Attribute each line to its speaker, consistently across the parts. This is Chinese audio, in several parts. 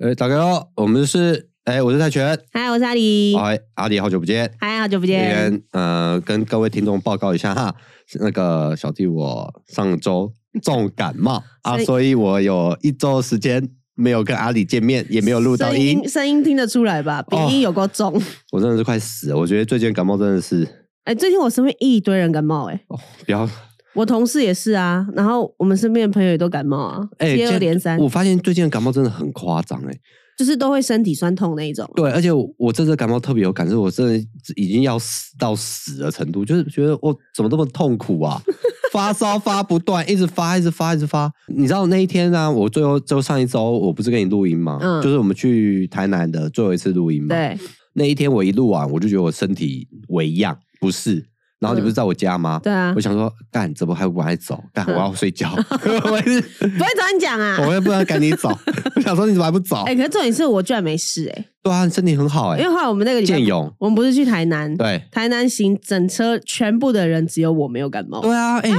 Speaker 1: 哎，大家好，我们是哎，我是泰拳，
Speaker 2: 嗨，我是阿里，
Speaker 1: 哎，阿里，好久不见。
Speaker 2: 嗨，好久不
Speaker 1: 这
Speaker 2: 见。
Speaker 1: 边呃，跟各位听众报告一下哈，是那个小弟我上周重感冒啊，
Speaker 2: 所以
Speaker 1: 所以我有一周时间没有跟阿里见面，也没有录到
Speaker 2: 声
Speaker 1: 音哦
Speaker 2: 音，，声音听得出来吧？鼻音有够重。
Speaker 1: 我真的是快死了。我觉得最近感冒真的是
Speaker 2: 哎、最近我身边一堆人感冒、哎，
Speaker 1: 不要
Speaker 2: 我同事也是啊，然后我们身边的朋友也都感冒啊，
Speaker 1: 哎，
Speaker 2: 接二
Speaker 1: 这
Speaker 2: 连三，
Speaker 1: 我发现最近的感冒真的很夸张哎，
Speaker 2: 就是都会身体酸痛那一种。
Speaker 1: 对，而且我我这次感冒特别有感，是我真的已经要死到死的程度，就是觉得我怎么这么痛苦啊， 发烧发不断，一直发，一直发，一直发。你知道那一天呢、我最后就上一周我不是跟你录音吗？
Speaker 2: 嗯
Speaker 1: 就是我们去台南的最后一次录音嘛。
Speaker 2: 对
Speaker 1: 那一天我一录完，我就觉得我身体微恙，不适。然后你不是在我家吗？
Speaker 2: 嗯对啊
Speaker 1: 我，想说，干怎么还往外走？干我
Speaker 2: 嗯
Speaker 1: 要睡 觉，我也是，
Speaker 2: 不会找你讲啊。
Speaker 1: 我也不能赶你走。 我想说你怎么还不走？
Speaker 2: 哎、可是重点是我居然没事哎、
Speaker 1: 对啊，你身体很好哎、
Speaker 2: 因为后来我们那个礼
Speaker 1: 健
Speaker 2: 拜，
Speaker 1: 勇
Speaker 2: 我们不是去台南，
Speaker 1: 对。
Speaker 2: 台南行整车全部的人只有我没有感冒。
Speaker 1: 对啊，哎、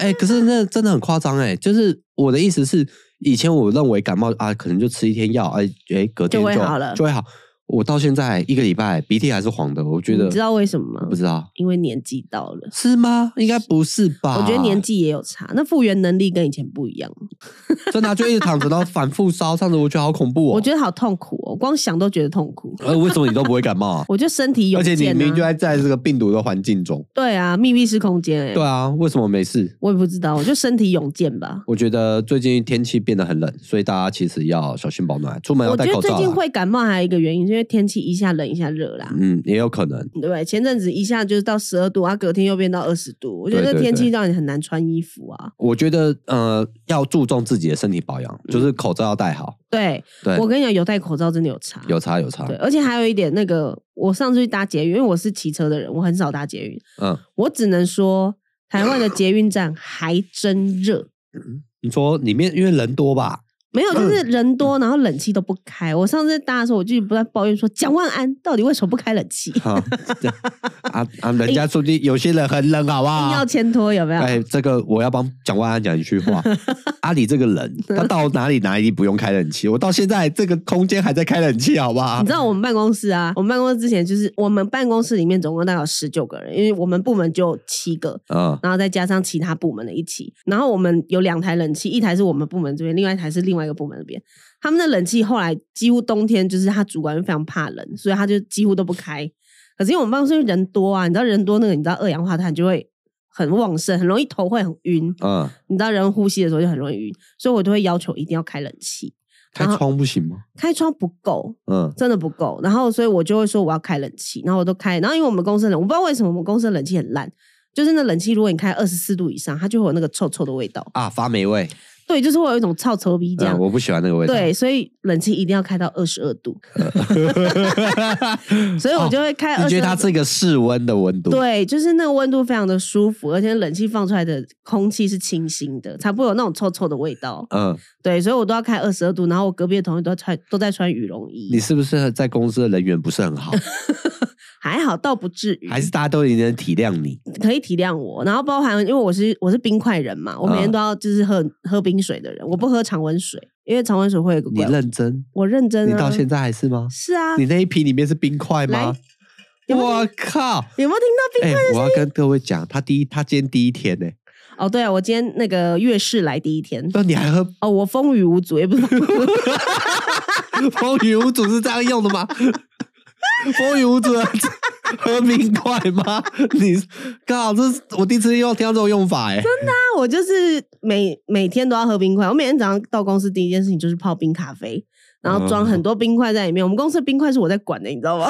Speaker 1: 哎、可是那真的很夸张哎，就是我的意思是，以前我认为感冒啊，可能就吃一天药，哎、哎、隔天
Speaker 2: 就
Speaker 1: 就
Speaker 2: 会好了
Speaker 1: 就会好。我到现在一个礼拜鼻涕还是黄的，我觉得
Speaker 2: 你知道嗯为什么
Speaker 1: 我
Speaker 2: 吗
Speaker 1: 不？知道
Speaker 2: 因为年纪到了。
Speaker 1: 是吗？应该不是吧？
Speaker 2: 我觉得年纪也有差，那复原能力跟以前不一样。
Speaker 1: 真的啊、就一直躺着，然后反复烧，这样子我觉得好恐怖哦。
Speaker 2: 我觉得好痛苦哦，光想都觉得痛苦。？
Speaker 1: 得，呃，为什么你都不会感冒啊
Speaker 2: 我就身体
Speaker 1: 而
Speaker 2: 有
Speaker 1: 且你
Speaker 2: 健
Speaker 1: 明明就
Speaker 2: 啊，
Speaker 1: 在在这个病毒的环境中，
Speaker 2: 对啊，密闭式空间哎、
Speaker 1: 对啊，为什么没事？
Speaker 2: 我也不知道，我就身体勇健吧。
Speaker 1: 我觉得最近天气变得很冷，所以大家其实要小心保暖，出门要
Speaker 2: 我觉
Speaker 1: 戴
Speaker 2: 得
Speaker 1: 口罩
Speaker 2: 最
Speaker 1: 啦。
Speaker 2: 近会感冒还有一个原因，是因为天气一下冷一下热啦，
Speaker 1: 嗯，也有可能。
Speaker 2: 对不对？前阵子一下就是到十二度，啊，隔天又变到二十度，我觉
Speaker 1: 对
Speaker 2: 得
Speaker 1: 对
Speaker 2: 天气
Speaker 1: 对
Speaker 2: 让你很难穿衣服啊。
Speaker 1: 我觉得呃，要注重自己的身体保养，就是口罩要戴好。
Speaker 2: 对
Speaker 1: 对，
Speaker 2: 嗯我跟你讲，有戴口罩真的有差，
Speaker 1: 有差有差
Speaker 2: 对，。而且还有一点，那个我上次去搭捷运，因为我是骑车的人，我很少搭捷运，
Speaker 1: 嗯，
Speaker 2: 我只能说台湾的捷运站还真热。
Speaker 1: 你说里面因为人多吧？
Speaker 2: 没有，就是人多，然后冷气都不开。我上次搭的时候，我就不断抱怨说，蒋万安到底为什么不开冷气？
Speaker 1: 哈啊啊，人家说不定有些人很冷，好不
Speaker 2: 哎硬
Speaker 1: 好
Speaker 2: 要？牵拖有没有？
Speaker 1: 啊哎，这个我要帮蒋万安讲一句 话。阿里这个人，他到哪里哪里不用开冷气，我到现在这个空间还在开冷气，好不好
Speaker 2: 你？知道我们办公室啊，我们办公室之前就是我们办公室里面总共大概有十九个人，因为我们部门就七个，
Speaker 1: 嗯，
Speaker 2: 然后再加上其他部门的一起，然后我们有两台冷气，一台是我们部门这边，另外一台是另外一个部门那边。他们的冷气后来几乎冬天就是他主管就非常怕冷，所以他就几乎都不开。可是因为我们办公室人多啊，你知道人多那个，你知道二氧化碳就会很旺盛，很容易头会很晕。
Speaker 1: 嗯，
Speaker 2: 你知道人呼吸的时候就很容易晕，所以我就会要求一定要开冷气。
Speaker 1: 开窗不行吗？
Speaker 2: 开窗不够，
Speaker 1: 嗯，
Speaker 2: 真的不够。然后所以我就会说我要开冷气，然后我都开。然后因为我们公司冷，我不知道为什么我们公司冷气很烂，就是那冷气如果你开二十四度以上，它就会有那个臭臭的味道。
Speaker 1: 啊，发霉味，
Speaker 2: 对，就是会有一种臭臭逼这
Speaker 1: 嗯，
Speaker 2: 样。
Speaker 1: 我不喜欢那个味道。
Speaker 2: 对， 所以冷气一定要开到二十二度，所以我就会开
Speaker 1: 哦你
Speaker 2: 二
Speaker 1: 觉
Speaker 2: 十
Speaker 1: 得它
Speaker 2: 二。
Speaker 1: 是一个室温的温度？
Speaker 2: 对，就是那个温度非常的舒服，而且冷气放出来的空气是清新的，才不会有那种臭臭的味道。
Speaker 1: 嗯，
Speaker 2: 对，所以我都要开二十二度，然后我隔壁的同事都在穿都在穿羽绒
Speaker 1: 你
Speaker 2: 衣，
Speaker 1: 是不是在公司的人缘不是很 好？
Speaker 2: 还好倒不至于，
Speaker 1: 还是大家都已经体谅你？
Speaker 2: 可以体谅我。然后包含因为我是我是冰块人嘛，我每天
Speaker 1: 嗯
Speaker 2: 都要就是喝、喝冰水的人，我不喝常温水，因为常温水会有一个
Speaker 1: 你
Speaker 2: 怪味。
Speaker 1: 认真？
Speaker 2: 我嗯认真、啊，
Speaker 1: 你到现在还是吗？
Speaker 2: 是啊，
Speaker 1: 你那一瓶里面是冰块吗
Speaker 2: 来？啊有没有
Speaker 1: 我靠！
Speaker 2: 有没有听到冰？
Speaker 1: 哎、我要跟各位讲，他第一，他今天第一天呢、
Speaker 2: 哦，对啊，我今天那个月事来第一天，
Speaker 1: 那你还喝
Speaker 2: 哦，我风雨无阻，也不是
Speaker 1: 风雨无阻是这样用的 吗？风雨无阻的喝冰块吗？你靠，这是我第一次用听到这种用法哎、真的？
Speaker 2: 那我就是每每天都要喝冰块，我每天早上到公司第一件事情就是泡冰咖啡，然后
Speaker 1: 嗯
Speaker 2: 装很多冰块在里面。我们公司的冰块是我在管的，你知道吗？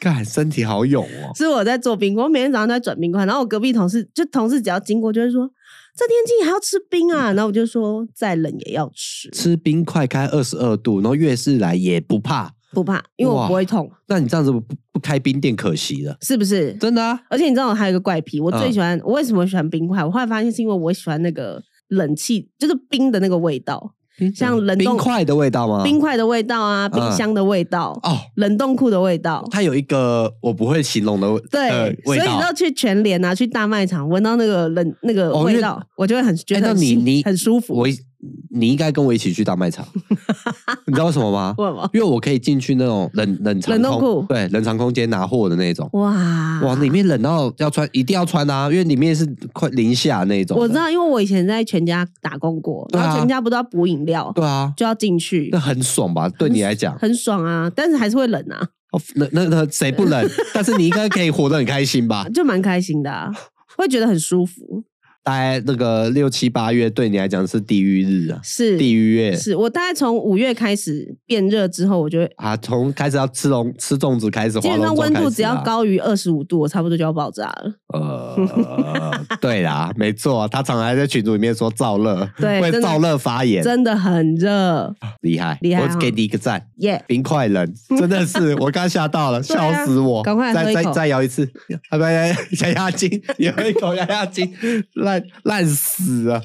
Speaker 1: 看身体好勇哦、
Speaker 2: 是我在做冰块，我每天早上都在转冰块。然后我隔壁同事就同事只要经过就会说：“这天气还要吃冰啊？”然后我就说：“再冷也要吃，
Speaker 1: 吃冰块开二十二度，然后月事来也不怕。
Speaker 2: 不怕，因为我
Speaker 1: 哇
Speaker 2: 不会痛，
Speaker 1: 那你这样子不不开冰店可惜了，
Speaker 2: 是不是？”
Speaker 1: 真的啊。
Speaker 2: 而且你知道我还有一个怪癖，我最
Speaker 1: 嗯
Speaker 2: 喜欢、我为什么喜欢冰块？我后来发现是因为我喜欢那个冷气，就是冰的那个味道。像冷
Speaker 1: 冰
Speaker 2: 冻
Speaker 1: 块的味道吗？
Speaker 2: 冰块的味道啊，冰
Speaker 1: 嗯
Speaker 2: 箱的味道，
Speaker 1: 哦，
Speaker 2: 冷冻库的味道。
Speaker 1: 它有一个我不会形容的味
Speaker 2: 对，
Speaker 1: 呃
Speaker 2: 所
Speaker 1: 味
Speaker 2: 以你知
Speaker 1: 道
Speaker 2: 道。去全联啊，去大卖场闻到那个冷那个
Speaker 1: 哦因为
Speaker 2: 味道，我就会很觉
Speaker 1: 哎
Speaker 2: 得
Speaker 1: 那
Speaker 2: 很
Speaker 1: 你
Speaker 2: 幸
Speaker 1: 你
Speaker 2: 很舒服。
Speaker 1: 我一你应该跟我一起去大 卖场，你知道为什么吗？
Speaker 2: 为什么？
Speaker 1: 因为我可以进去那种冷冷藏
Speaker 2: 冷冻
Speaker 1: 空
Speaker 2: 库
Speaker 1: 对冷藏空间拿货的那种。
Speaker 2: 哇
Speaker 1: 哇，里面冷到要穿，一定要穿啊，因为里面是快零下那种。
Speaker 2: 我知。道，因为我以前在全家打工过，
Speaker 1: 对啊
Speaker 2: 然后全家不都要补饮料，
Speaker 1: 对啊，
Speaker 2: 就要进去
Speaker 1: 那，很爽吧？对你来讲，
Speaker 2: 很爽啊，但是还是会冷啊，
Speaker 1: 哦那那那谁不 冷？但是你应该可以活得很开心吧？
Speaker 2: 就蛮开心的、啊，会觉得很舒服。
Speaker 1: 大概那个六七八月对你来讲是地狱日啊，
Speaker 2: 是
Speaker 1: 地狱月
Speaker 2: 是我大概从五月开始变热之后，我就会
Speaker 1: 啊，从开始要吃龙吃粽子开始，
Speaker 2: 基
Speaker 1: 划
Speaker 2: 本
Speaker 1: 龙
Speaker 2: 上
Speaker 1: 舟
Speaker 2: 温
Speaker 1: 开
Speaker 2: 度
Speaker 1: 始
Speaker 2: 只要
Speaker 1: 啊，
Speaker 2: 高于二十五度，我差不多就要爆炸了。
Speaker 1: 呃， 对啦，没错，啊他常常还在群组里面说燥热，
Speaker 2: 对
Speaker 1: 会
Speaker 2: 真的
Speaker 1: 燥热发炎，
Speaker 2: 真的很热
Speaker 1: 厉害，
Speaker 2: 厉害
Speaker 1: 我
Speaker 2: 哦
Speaker 1: 给你一个赞。
Speaker 2: 耶
Speaker 1: 冰块 人真的是，我刚吓到了，
Speaker 2: 对啊
Speaker 1: 笑死我！
Speaker 2: 赶快喝
Speaker 1: 再
Speaker 2: 一
Speaker 1: 再
Speaker 2: 口
Speaker 1: 再摇一次，啊拜 拜，压压惊，有一口压压惊，烂烂死了！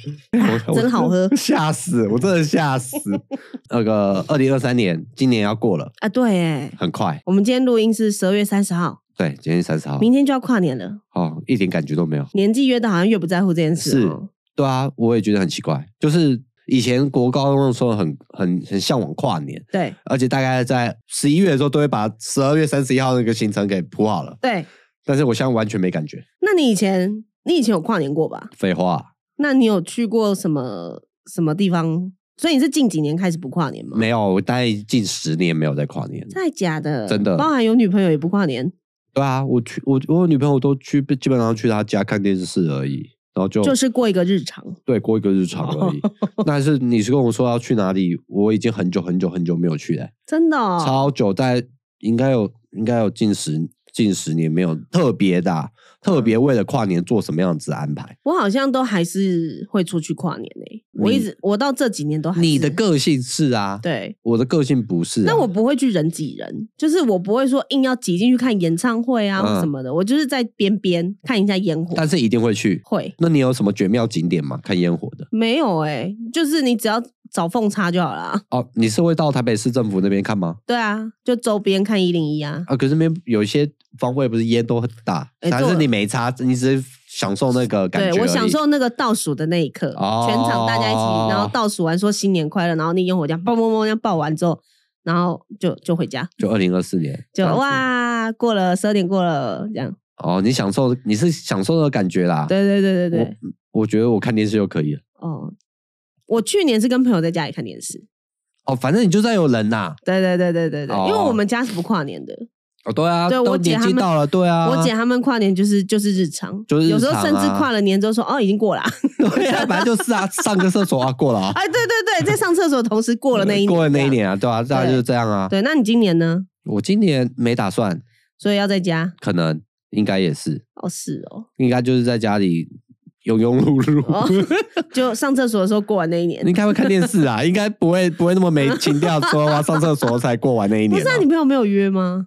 Speaker 1: 我我
Speaker 2: 真好喝
Speaker 1: 吓死！我真的吓死。 那个二零二三年，今年要过了，
Speaker 2: 啊！对，哎，
Speaker 1: 很快，
Speaker 2: 我们今天录音是十二月三十号，
Speaker 1: 对，今天三十号，
Speaker 2: 明天就要跨年了，
Speaker 1: 哦，一点感觉都没有。
Speaker 2: 年纪越大好像越不在乎这件事、哦。
Speaker 1: 对啊，我也觉得很奇怪，就是以前国高中的时候很很很向往跨年，
Speaker 2: 对
Speaker 1: 而且大概在十一月的时候都会把十二月三十一号那个行程给铺好了，
Speaker 2: 对，
Speaker 1: 但是我现在完全没感觉。
Speaker 2: 那你以前你以前有跨年过吧？
Speaker 1: 废话，
Speaker 2: 那你有去过什么什么地方？所以你是近几年开始不跨年吗？
Speaker 1: 没有，我大概近十年没有在跨年。
Speaker 2: 太假的，
Speaker 1: 真的
Speaker 2: 包含有女朋友也不跨年，
Speaker 1: 对啊，我去我我有女朋友都去，基本上去她家看电视而已，然后就
Speaker 2: 就是哦过一个日常。
Speaker 1: 对过一个日常而已。但是你是跟我说要去哪里，我已经很久很久很久没有去了、
Speaker 2: 真的、哦，
Speaker 1: 超久，在应该有应该有近十近十年没有特别的啊、特别为了跨年做什么样子的安排。
Speaker 2: 我好像都还是会出去跨年诶、我一
Speaker 1: 你
Speaker 2: 直我到这几年都还是
Speaker 1: 你的个性是啊，
Speaker 2: 对
Speaker 1: 我的个性不是、啊。
Speaker 2: 嗯那我不会去人挤人，就是我不会说硬要挤进去看演唱会啊
Speaker 1: 嗯
Speaker 2: 或什么的，我就是在边边看一下烟火。
Speaker 1: 但是一定会去。
Speaker 2: 会
Speaker 1: 那你有什么绝妙景点吗？看烟火的？
Speaker 2: 没有哎、就是你只要找缝插就好啦。
Speaker 1: 哦，你是会到台北市政府那边看吗？
Speaker 2: 对啊，就周边看一零一啊。
Speaker 1: 啊，可是那边有一些方位不是烟都很大，
Speaker 2: 哎
Speaker 1: 但
Speaker 2: 这
Speaker 1: 是
Speaker 2: 我
Speaker 1: 你没差，你只是享受那个感觉
Speaker 2: 对
Speaker 1: 而已。
Speaker 2: 我享受那个倒数的那一刻，
Speaker 1: 哦
Speaker 2: 全场大家一起，然后倒数完说新年快乐，然后那烟火这样嘣嘣嘣这样爆完之后，然后就就回家，
Speaker 1: 就二零二四年这
Speaker 2: 就
Speaker 1: 样子。
Speaker 2: 哇过了十二点过了这样。
Speaker 1: 哦，你享受你是享受那个感觉啦。
Speaker 2: 对对对对对，
Speaker 1: 我我觉得我看电视就可以了。
Speaker 2: 哦，我去年是跟朋友在家里看电视。
Speaker 1: 哦，反正你就在有人呐、
Speaker 2: 对对对对对对，因为
Speaker 1: 哦
Speaker 2: 我们家是不跨年的，
Speaker 1: 哦，对啊，
Speaker 2: 对
Speaker 1: 都
Speaker 2: 我姐
Speaker 1: 年纪
Speaker 2: 他们
Speaker 1: 到了，对啊，
Speaker 2: 我姐他们跨年就是就是日常，
Speaker 1: 就是日
Speaker 2: 有时候
Speaker 1: 常
Speaker 2: 甚至
Speaker 1: 啊
Speaker 2: 跨了年之后说哦已 经过了啊，
Speaker 1: 对啊，反正就是 啊，上个厕所啊过了啊，
Speaker 2: 哎对对对，在上厕所的同时过了那一年，
Speaker 1: 过了那一，年啊，对啊，大概就是这样啊。
Speaker 2: 对，那你今年呢？
Speaker 1: 我今年没打算，
Speaker 2: 所以要在家
Speaker 1: 可能应该也是，
Speaker 2: 哦是哦，
Speaker 1: 应该就是在家里庸庸碌
Speaker 2: 哦
Speaker 1: 碌。
Speaker 2: 就上厕所的时候过完那一年
Speaker 1: 你，应该会看电视 啊，应该不会不会那么没情调，说要上厕所才过完那一
Speaker 2: 不
Speaker 1: 年、
Speaker 2: 是
Speaker 1: 啊
Speaker 2: 啊，你。朋友没有约吗？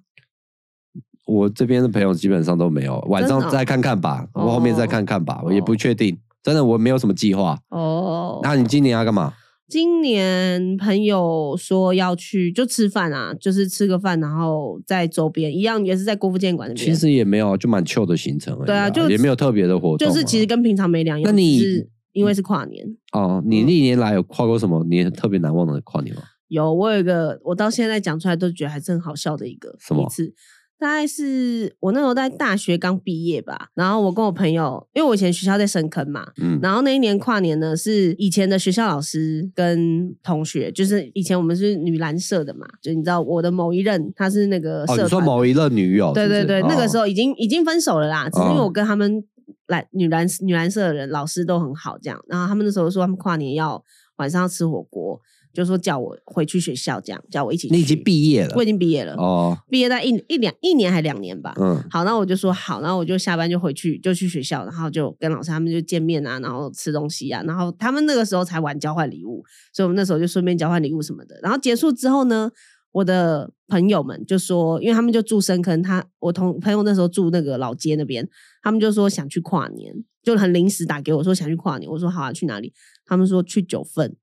Speaker 1: 我这边的朋友基本上都没有，晚
Speaker 2: 真的
Speaker 1: 上
Speaker 2: 哦
Speaker 1: 再看看吧，
Speaker 2: 哦
Speaker 1: 我后面再看看吧，我也不确定，真的我没有什么计划。
Speaker 2: 哦，
Speaker 1: 那你今年要干嘛？
Speaker 2: 今年朋友说要去就吃饭啊，就是吃个饭，然后在周边一样也是在国父纪念馆那边，
Speaker 1: 其实也没有，就蛮 chill 的行程而已、
Speaker 2: 对啊就
Speaker 1: 也没有特别的活动啊、
Speaker 2: 就是其实跟平常没两样，
Speaker 1: 那你嗯
Speaker 2: 只是因为是跨年。
Speaker 1: 哦，你
Speaker 2: 嗯
Speaker 1: 历年来有跨过什么你特别难忘的跨年吗？
Speaker 2: 有，我有一个，我到现在讲出来都觉得还是很好笑的一个
Speaker 1: 什么
Speaker 2: 一次。大概是我那时候在大学刚毕业吧，然后我跟我朋友，因为我以前学校在深坑嘛，
Speaker 1: 嗯，
Speaker 2: 然后那一年跨年呢是以前的学校老师跟同学，就是以前我们是女篮社的嘛，就你知道我的某一任他是那个社
Speaker 1: 哦，
Speaker 2: 团、
Speaker 1: 你说某一任女友是
Speaker 2: 对
Speaker 1: 不是？哦
Speaker 2: 对对，那个时
Speaker 1: 候
Speaker 2: 候已经已经分手了啦，只是因为
Speaker 1: 哦
Speaker 2: 我跟他们来女篮女篮社的人老师都很好这样，然后他们那时候说他们跨年要晚上要吃火锅，就说叫我回去学校这样，叫我一起去。
Speaker 1: 你已经毕业了
Speaker 2: 我已经毕业了，
Speaker 1: 哦，
Speaker 2: 毕业在一一两一年还两年吧。
Speaker 1: 嗯，
Speaker 2: 好，那我就说好，然后我就下班就回去，就去学校，然后就跟老师他们就见面啊，然后吃东西啊，然后他们那个时候才玩交换礼物，所以我们那时候就顺便交换礼物什么的。然后结束之后呢，我的朋友们就说，因为他们就住深坑，他我同朋友那时候住那个老街那边，他们就说想去跨年，就很临时打给我说想去跨年，我说好啊，去哪里？他们说去九份。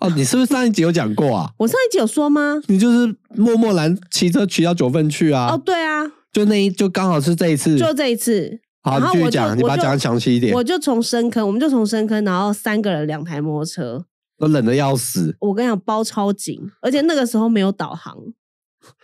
Speaker 1: 哦，你是不是上一集有讲过啊？
Speaker 2: 我上一集有说吗？
Speaker 1: 你就是默默然骑车骑到九份去啊？
Speaker 2: 哦，对啊，
Speaker 1: 就那一就刚好是这一次。
Speaker 2: 就这一次，
Speaker 1: 好，
Speaker 2: 然
Speaker 1: 你
Speaker 2: 后
Speaker 1: 继
Speaker 2: 我
Speaker 1: 续
Speaker 2: 就
Speaker 1: 讲，你
Speaker 2: 我
Speaker 1: 把它
Speaker 2: 就
Speaker 1: 讲详细一点
Speaker 2: 我。就从深坑，我们就从深坑，然后三个人两台摩托车，
Speaker 1: 我冷的要死，
Speaker 2: 我跟你讲包超紧，而且那个时候没有导航，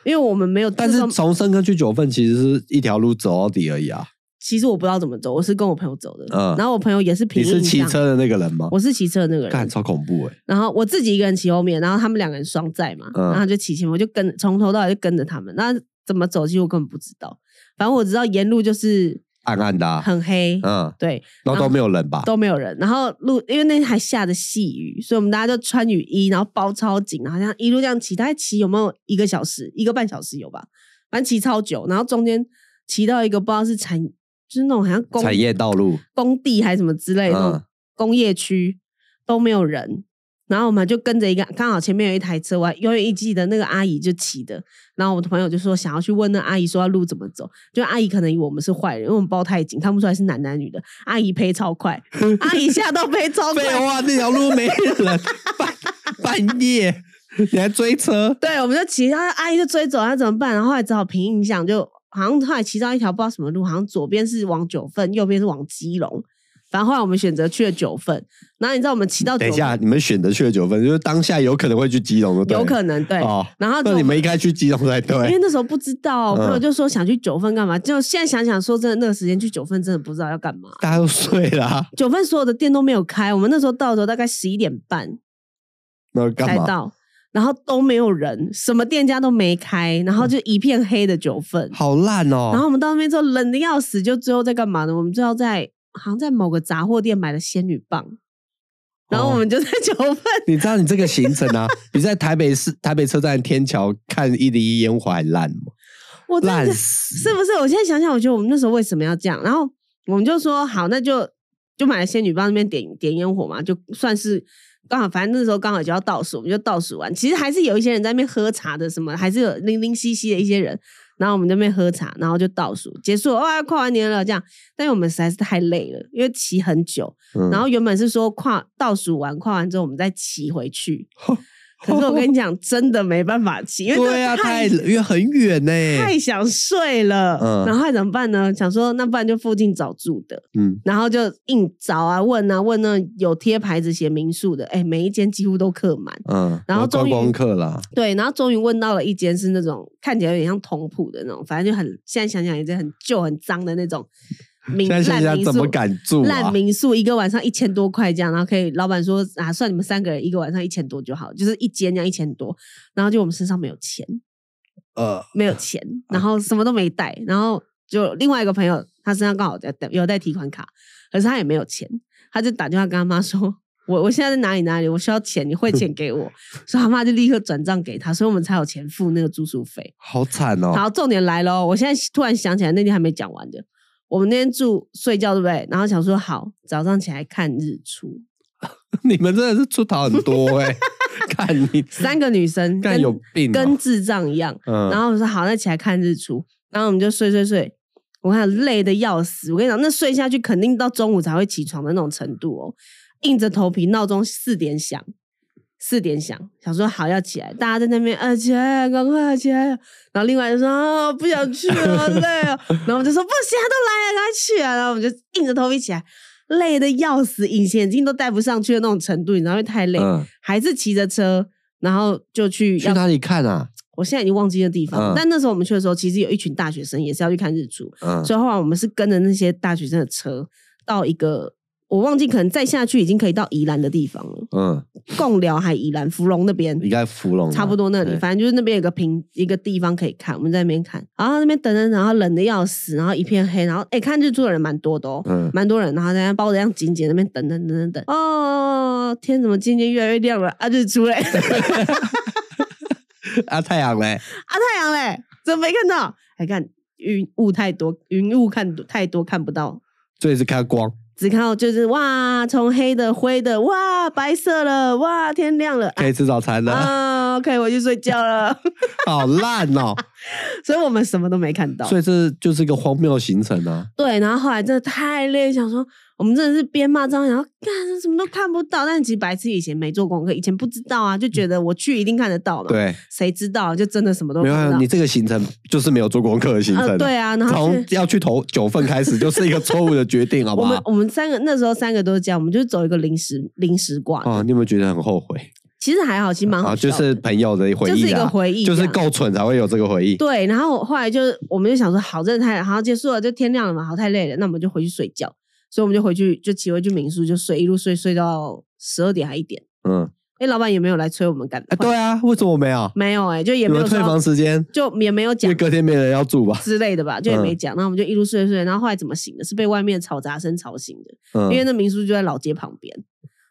Speaker 2: 因为我们没有，
Speaker 1: 但
Speaker 2: 那时
Speaker 1: 是
Speaker 2: 候
Speaker 1: 从深坑去九份其实是一条路走到底而已啊。
Speaker 2: 其实我不知道怎么走，我是跟我朋友走的，
Speaker 1: 嗯
Speaker 2: 然后我朋友也是
Speaker 1: 你
Speaker 2: 凭
Speaker 1: 是
Speaker 2: 印
Speaker 1: 骑
Speaker 2: 象，
Speaker 1: 车的那个人吗？
Speaker 2: 我是骑车的那个
Speaker 1: 干
Speaker 2: 人，
Speaker 1: 超恐怖哎、
Speaker 2: 然后我自己一个人骑后面，然后他们两个人双载嘛，
Speaker 1: 嗯
Speaker 2: 然后他就骑前面，我就跟从头到尾就跟着他们，那怎么走其实我根本不知道，反正我知道沿路就是
Speaker 1: 暗暗的、啊，
Speaker 2: 很黑，
Speaker 1: 嗯，
Speaker 2: 对，
Speaker 1: 然后都没有人吧？
Speaker 2: 都没有人。然后路因为那天还下着细雨，所以我们大家就穿雨衣，然后包超紧，然后这样一路这样骑，大概骑有没有一个小时，一个半小时有吧？反正骑超久，然后中间骑到一个不知道是产，就是那种好像工
Speaker 1: 产业道路，
Speaker 2: 工地还是什么之类的、那种
Speaker 1: 嗯
Speaker 2: 工业区都没有人。然后我们就跟着一个，刚好前面有一台车，我还永远一记得那个阿姨就骑的。然后我的朋友就说想要去问那阿姨说要路怎么走，就阿姨可能以为我们是坏人，因为我们包太紧，看不出来是男男女的。阿姨飞 超快，阿姨吓到飞超
Speaker 1: 废
Speaker 2: 快。
Speaker 1: 话，那条路没人， 半半夜你还追车，
Speaker 2: 对，我们就骑，然后阿姨就追走，那怎么办？然后后来只好凭印象，就好像后来骑到一条不知道什么路，好像左边是往九份，右边是往基隆。反正后来我们选择去了九份，然后你知道我们骑到
Speaker 1: 等
Speaker 2: 九
Speaker 1: 一
Speaker 2: 份，
Speaker 1: 下，你们选择去了九份，就是当下有可能会去基隆的，
Speaker 2: 有可能对。
Speaker 1: 哦。
Speaker 2: 然后就
Speaker 1: 那你们应该去基隆才
Speaker 2: 因为
Speaker 1: 对。
Speaker 2: 那时候不知道，我朋友
Speaker 1: 嗯
Speaker 2: 就说想去九份干嘛，就现在想想，说真的，那个时间去九份真的不知道要干嘛。
Speaker 1: 大家都睡啊啦、
Speaker 2: 九份所有的店都没有开，我们那时候到的时候大概十一点半
Speaker 1: 那干
Speaker 2: 才
Speaker 1: 嘛？
Speaker 2: 到，然后都没有人，什么店家都没开，然后就一片黑的九份。
Speaker 1: 好烂哦、
Speaker 2: 然后我们到那边之后冷的要死，就最后在干嘛呢？我们最后在好像在某个杂货店买了仙女棒，然后我们就在九份，
Speaker 1: 你知道你这个行程啊， 你在台北市台北车站天桥看一零一烟火还烂吗？
Speaker 2: 我真的
Speaker 1: 烂
Speaker 2: 是
Speaker 1: 死！
Speaker 2: 是不是？我现在想想，我觉得我们那时候为什么要这样？然后我们就说好，那就就买了仙女棒那边点点烟火嘛，就算是刚好，反正那时候刚好就要倒数，我们就倒数完。其实还是有一些人在那边喝茶的，什么还是有零零兮兮的一些人。然后我们在那边喝茶，然后就倒数结束，哇、跨完年了这样。但是我们实在是太累了，因为骑很久。
Speaker 1: 嗯
Speaker 2: 然后原本是说跨倒数完跨完之后，我们再骑回去。可是我跟你讲，真的没办法骑，因为真的
Speaker 1: 对啊，
Speaker 2: 太
Speaker 1: 太因为很远呢、
Speaker 2: 太想睡了，
Speaker 1: 嗯
Speaker 2: 然后还怎么办呢？想说那不然就附近找住的，
Speaker 1: 嗯，
Speaker 2: 然后就硬找啊问啊问那有贴牌子写民宿的，哎，每一间几乎都客满。
Speaker 1: 嗯，
Speaker 2: 然后终
Speaker 1: 观
Speaker 2: 于
Speaker 1: 光客啦，
Speaker 2: 对，然后终于问到了一间是那种看起来有点像同铺的那种，反正就很现在想想也是很旧很脏的那种民
Speaker 1: 现在想
Speaker 2: 烂
Speaker 1: 想
Speaker 2: 民
Speaker 1: 怎么
Speaker 2: 宿。
Speaker 1: 敢住啊
Speaker 2: 烂？民宿一个晚上一千多块这样，然后可以老板说啊，算你们三个人一个晚上一千多就好，就是一间这样一千多，然后就我们身上没有钱，
Speaker 1: 呃，
Speaker 2: 没有钱，然后什么都没带，然后就另外一个朋友，他身上刚好在带有带提款卡，可是他也没有钱，他就打电话跟他妈说：“我我现在在哪里哪里，我需要钱，你汇钱 给我。”所以他妈就立刻转账给他，所以我们才有钱付那个住宿费。
Speaker 1: 好惨哦、
Speaker 2: 好，重点来喽！我现在突然想起来，那天还没讲完的。我们那天住睡觉对不对？然后想说好，早上起来看日出。
Speaker 1: 你们真的是出逃很多 哎、看你
Speaker 2: 三个女生
Speaker 1: 干
Speaker 2: 跟
Speaker 1: 有病、哦
Speaker 2: 跟智障一样，
Speaker 1: 嗯，
Speaker 2: 然后我说好，那起来看日出，然后我们就睡睡睡，我看累的要死，我跟你讲，那睡下去肯定到中午才会起床的那种程度哦，硬着头皮，闹钟四点响，四点响，想说好要起来，大家在那边啊起来，赶快起来，然后另外就说啊不想去了，好累哦，然后我们就说不行，都来了，赶快去啊，然后我们就硬着头皮起来。累的要死，隐形眼镜都戴不上去的那种程度，你知道，因为太累，
Speaker 1: 嗯
Speaker 2: 还是骑着车，然后就去
Speaker 1: 去
Speaker 2: 要
Speaker 1: 哪里看啊？
Speaker 2: 我现在已经忘记那地方
Speaker 1: 嗯
Speaker 2: 了，但那时候我们去的时候，其实有一群大学生也是要去看日出，
Speaker 1: 嗯，
Speaker 2: 所以后来我们是跟着那些大学生的车到一个我忘记，可能再下去已经可以到宜兰的地方了，
Speaker 1: 嗯，
Speaker 2: 贡寮还宜兰芙蓉那边
Speaker 1: 应该芙蓉啊
Speaker 2: 差不多那里，
Speaker 1: 对
Speaker 2: 反正就是那边有个平一个地方可以看，我们在那边看，然后那边等等，然后冷的要死，然后一片黑，然后哎、看日出的人蛮多的哦，
Speaker 1: 嗯，
Speaker 2: 蛮多人，然后大家包的样紧紧，那边等等等等等，哦，天怎么今天越来越亮了啊，日出嘞，啊
Speaker 1: 啊，太阳嘞，
Speaker 2: 太阳嘞，怎么没看到？还看云雾太多，云雾看太多看不到，
Speaker 1: 所以是看光，
Speaker 2: 只看到就是哇，从黑的灰的哇，白色了哇，天亮了。
Speaker 1: 可以吃早餐了，
Speaker 2: 啊，可以回去睡觉了，
Speaker 1: 好烂哦、
Speaker 2: 所以我们什么都没看到。
Speaker 1: 所以这就是一个荒谬行程啊。
Speaker 2: 对，然后后来真的太累，想说我们真的是边骂脏话，然后干什么都看不到。但其实白痴以前没做功课，以前不知道啊，就觉得我去一定看得到嘛。，
Speaker 1: 对，
Speaker 2: 谁知道就真的什么都
Speaker 1: 没
Speaker 2: 看
Speaker 1: 有
Speaker 2: 不
Speaker 1: 啊
Speaker 2: 到。
Speaker 1: 你这个行程就是没有做功课的行程、
Speaker 2: 呃，对啊，然后
Speaker 1: 从
Speaker 2: 是
Speaker 1: 要去投九份开始，就是一个错误的决定，好不
Speaker 2: 我们
Speaker 1: 好？
Speaker 2: 我们三个那时候三个都是这样，我们就走一个临时临时挂的。
Speaker 1: 哦，你有没有觉得很后悔？
Speaker 2: 其实还好，其实蛮好
Speaker 1: 啊，就
Speaker 2: 笑的、
Speaker 1: 是朋友的回忆、啊，
Speaker 2: 就是一个回忆
Speaker 1: 就是
Speaker 2: 这样
Speaker 1: 够蠢才会有这个回忆。
Speaker 2: 对，然后后来就是我们就想说，好，真的太好结束了，就天亮了嘛，好太累了，那我们就回去睡觉。所以我们就回去，就骑回去民宿，就睡一路睡睡到十二点还一点。
Speaker 1: 嗯，
Speaker 2: 哎，老板也没有来催我们赶，
Speaker 1: 哎、对啊，为什么没有？
Speaker 2: 没有哎、就也
Speaker 1: 你
Speaker 2: 没有
Speaker 1: 们退
Speaker 2: 说
Speaker 1: 房时间，
Speaker 2: 就也没有
Speaker 1: 因
Speaker 2: 讲
Speaker 1: 为隔天没人要住吧？
Speaker 2: 之类的吧，就也没
Speaker 1: 嗯
Speaker 2: 讲。然后我们就一路睡睡，然后后来怎么醒的？是被外面吵杂声吵醒的，
Speaker 1: 嗯，
Speaker 2: 因为那民宿就在老街旁边，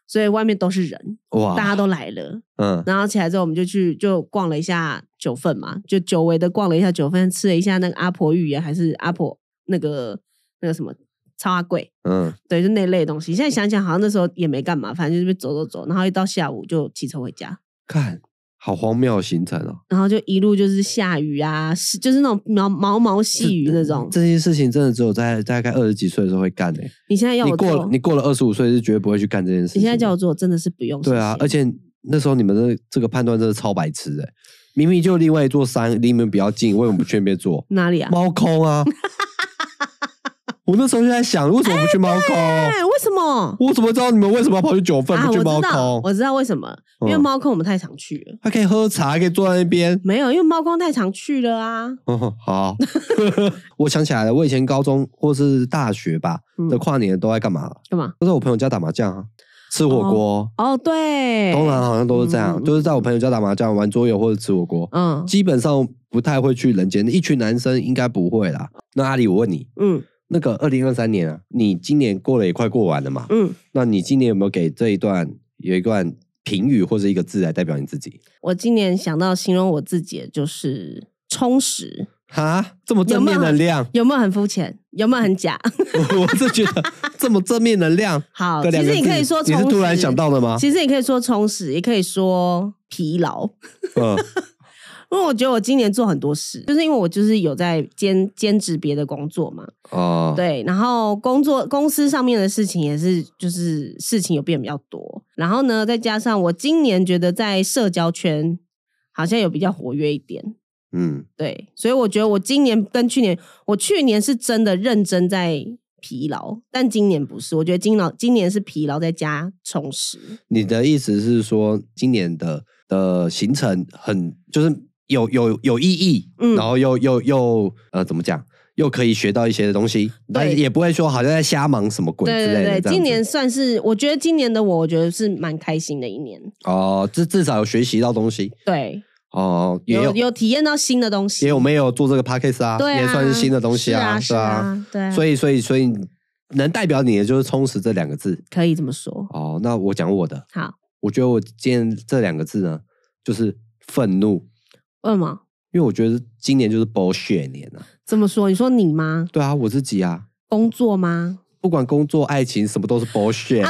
Speaker 2: 所以外面都是人，
Speaker 1: 哇，
Speaker 2: 大家都来了。
Speaker 1: 嗯
Speaker 2: 然后起来之后，我们就去就逛了一下九份嘛，就久违的逛了一下九份，吃了一下那个阿婆芋圆，还是阿婆那个那个什么超阿贵，
Speaker 1: 嗯，
Speaker 2: 对，就那类的东西。现在想想，好像那时候也没干嘛，反正就是走走走，然后一到下午就骑车回家，
Speaker 1: 看，好荒谬的行程哦。
Speaker 2: 然后就一路就是下雨啊，是就是那种毛毛毛细雨那种。
Speaker 1: 这些事情真的只有在大概二十几岁的时候会干诶、欸
Speaker 2: 你现在要
Speaker 1: 你
Speaker 2: 我
Speaker 1: 过了
Speaker 2: 做，
Speaker 1: 你过了二十五岁是绝对不会去干这件事情的。
Speaker 2: 你现在叫我做，真的是不用。
Speaker 1: 对啊
Speaker 2: 谢，谢
Speaker 1: 而且那时候你们的这个判断真的超白痴诶、欸明明就另外一座山离你们比较近，为什么不去那边做？
Speaker 2: 哪里啊？
Speaker 1: 猫空啊！我那时候就在想，为什么不去猫空？
Speaker 2: 哎，为什么？
Speaker 1: 我怎么知道你们为什么要跑去九份
Speaker 2: 啊，
Speaker 1: 不
Speaker 2: 我
Speaker 1: 去
Speaker 2: 知
Speaker 1: 猫
Speaker 2: 道，
Speaker 1: 空？
Speaker 2: 我知道为什么，因为
Speaker 1: 嗯
Speaker 2: 猫空我们太常去了。
Speaker 1: 还可以喝茶，可以坐在那边。
Speaker 2: 没有，因为猫空太常去了啊。
Speaker 1: 哦，好， 我想起来了，我以前高中或是大学吧
Speaker 2: 嗯
Speaker 1: 的跨年都在干嘛？
Speaker 2: 干嘛？
Speaker 1: 都在我朋友家打麻将啊，吃火锅。
Speaker 2: 哦，对，
Speaker 1: 通常好像都是这样，
Speaker 2: 嗯
Speaker 1: 就是在我朋友家打麻将、玩桌游或者吃火锅，
Speaker 2: 嗯
Speaker 1: 基本上不太会去人间。一群男生应该不会啦。那阿里，我问你，
Speaker 2: 嗯
Speaker 1: 那个二零二三年啊，你今年过了也快过完了嘛？
Speaker 2: 嗯，
Speaker 1: 那你今年有没有给这一段有一段评语或者一个字来代表你自己？
Speaker 2: 我今年想到形容我自己的就是充实，
Speaker 1: 哈，这么正面能量，
Speaker 2: 有没有很肤浅？有没有很假？
Speaker 1: 我是觉得这么正面能量，
Speaker 2: 好，
Speaker 1: 这
Speaker 2: 其
Speaker 1: 两个
Speaker 2: 实
Speaker 1: 字
Speaker 2: 你可以说
Speaker 1: 你
Speaker 2: 充
Speaker 1: 是
Speaker 2: 实，
Speaker 1: 突然想到的吗？
Speaker 2: 其实你可以说充实，也可以说疲劳，
Speaker 1: 嗯
Speaker 2: 因为我觉得我今年做很多事，就是因为我就是有在兼兼职别的工作嘛，
Speaker 1: 哦，
Speaker 2: 对，然后工作公司上面的事情也是，就是事情有变比较多。然后呢，再加上我今年觉得在社交圈好像有比较活跃一点，
Speaker 1: 嗯，
Speaker 2: 对，所以我觉得我今年跟去年，我去年是真的认真在疲劳，但今年不是，我觉得今老今年是疲劳再加充实，
Speaker 1: 你的意思是说，今年的的行程很就是有有有意义，
Speaker 2: 嗯
Speaker 1: 然后又又又呃怎么讲，又可以学到一些东西，但也不会说好像在瞎忙什么鬼之
Speaker 2: 对
Speaker 1: 类的这
Speaker 2: 对
Speaker 1: 样子。
Speaker 2: 对，今年算是我觉得今年的我，我觉得是蛮开心的一年，
Speaker 1: 哦，至至少有学习到东西
Speaker 2: 对，
Speaker 1: 哦，也
Speaker 2: 有
Speaker 1: 有
Speaker 2: 有体验到新的东西，
Speaker 1: 也有没有做这个 podcast 啊，
Speaker 2: 对啊，
Speaker 1: 也算是新的东西
Speaker 2: 是啊，
Speaker 1: 是
Speaker 2: 是啊，对啊，
Speaker 1: 所以所以所以能代表你的就是充实这两个字
Speaker 2: 可以这么说。
Speaker 1: 哦。那我讲我的，
Speaker 2: 好，
Speaker 1: 我觉得我今天这两个字呢，就是愤怒，
Speaker 2: 为什么
Speaker 1: 因为我觉得今年就是 bullshit 年啊。
Speaker 2: 这么说？你说你吗？
Speaker 1: 对啊，我自己啊，
Speaker 2: 工作吗？
Speaker 1: 不管工作、爱情，什么都是 bullshit。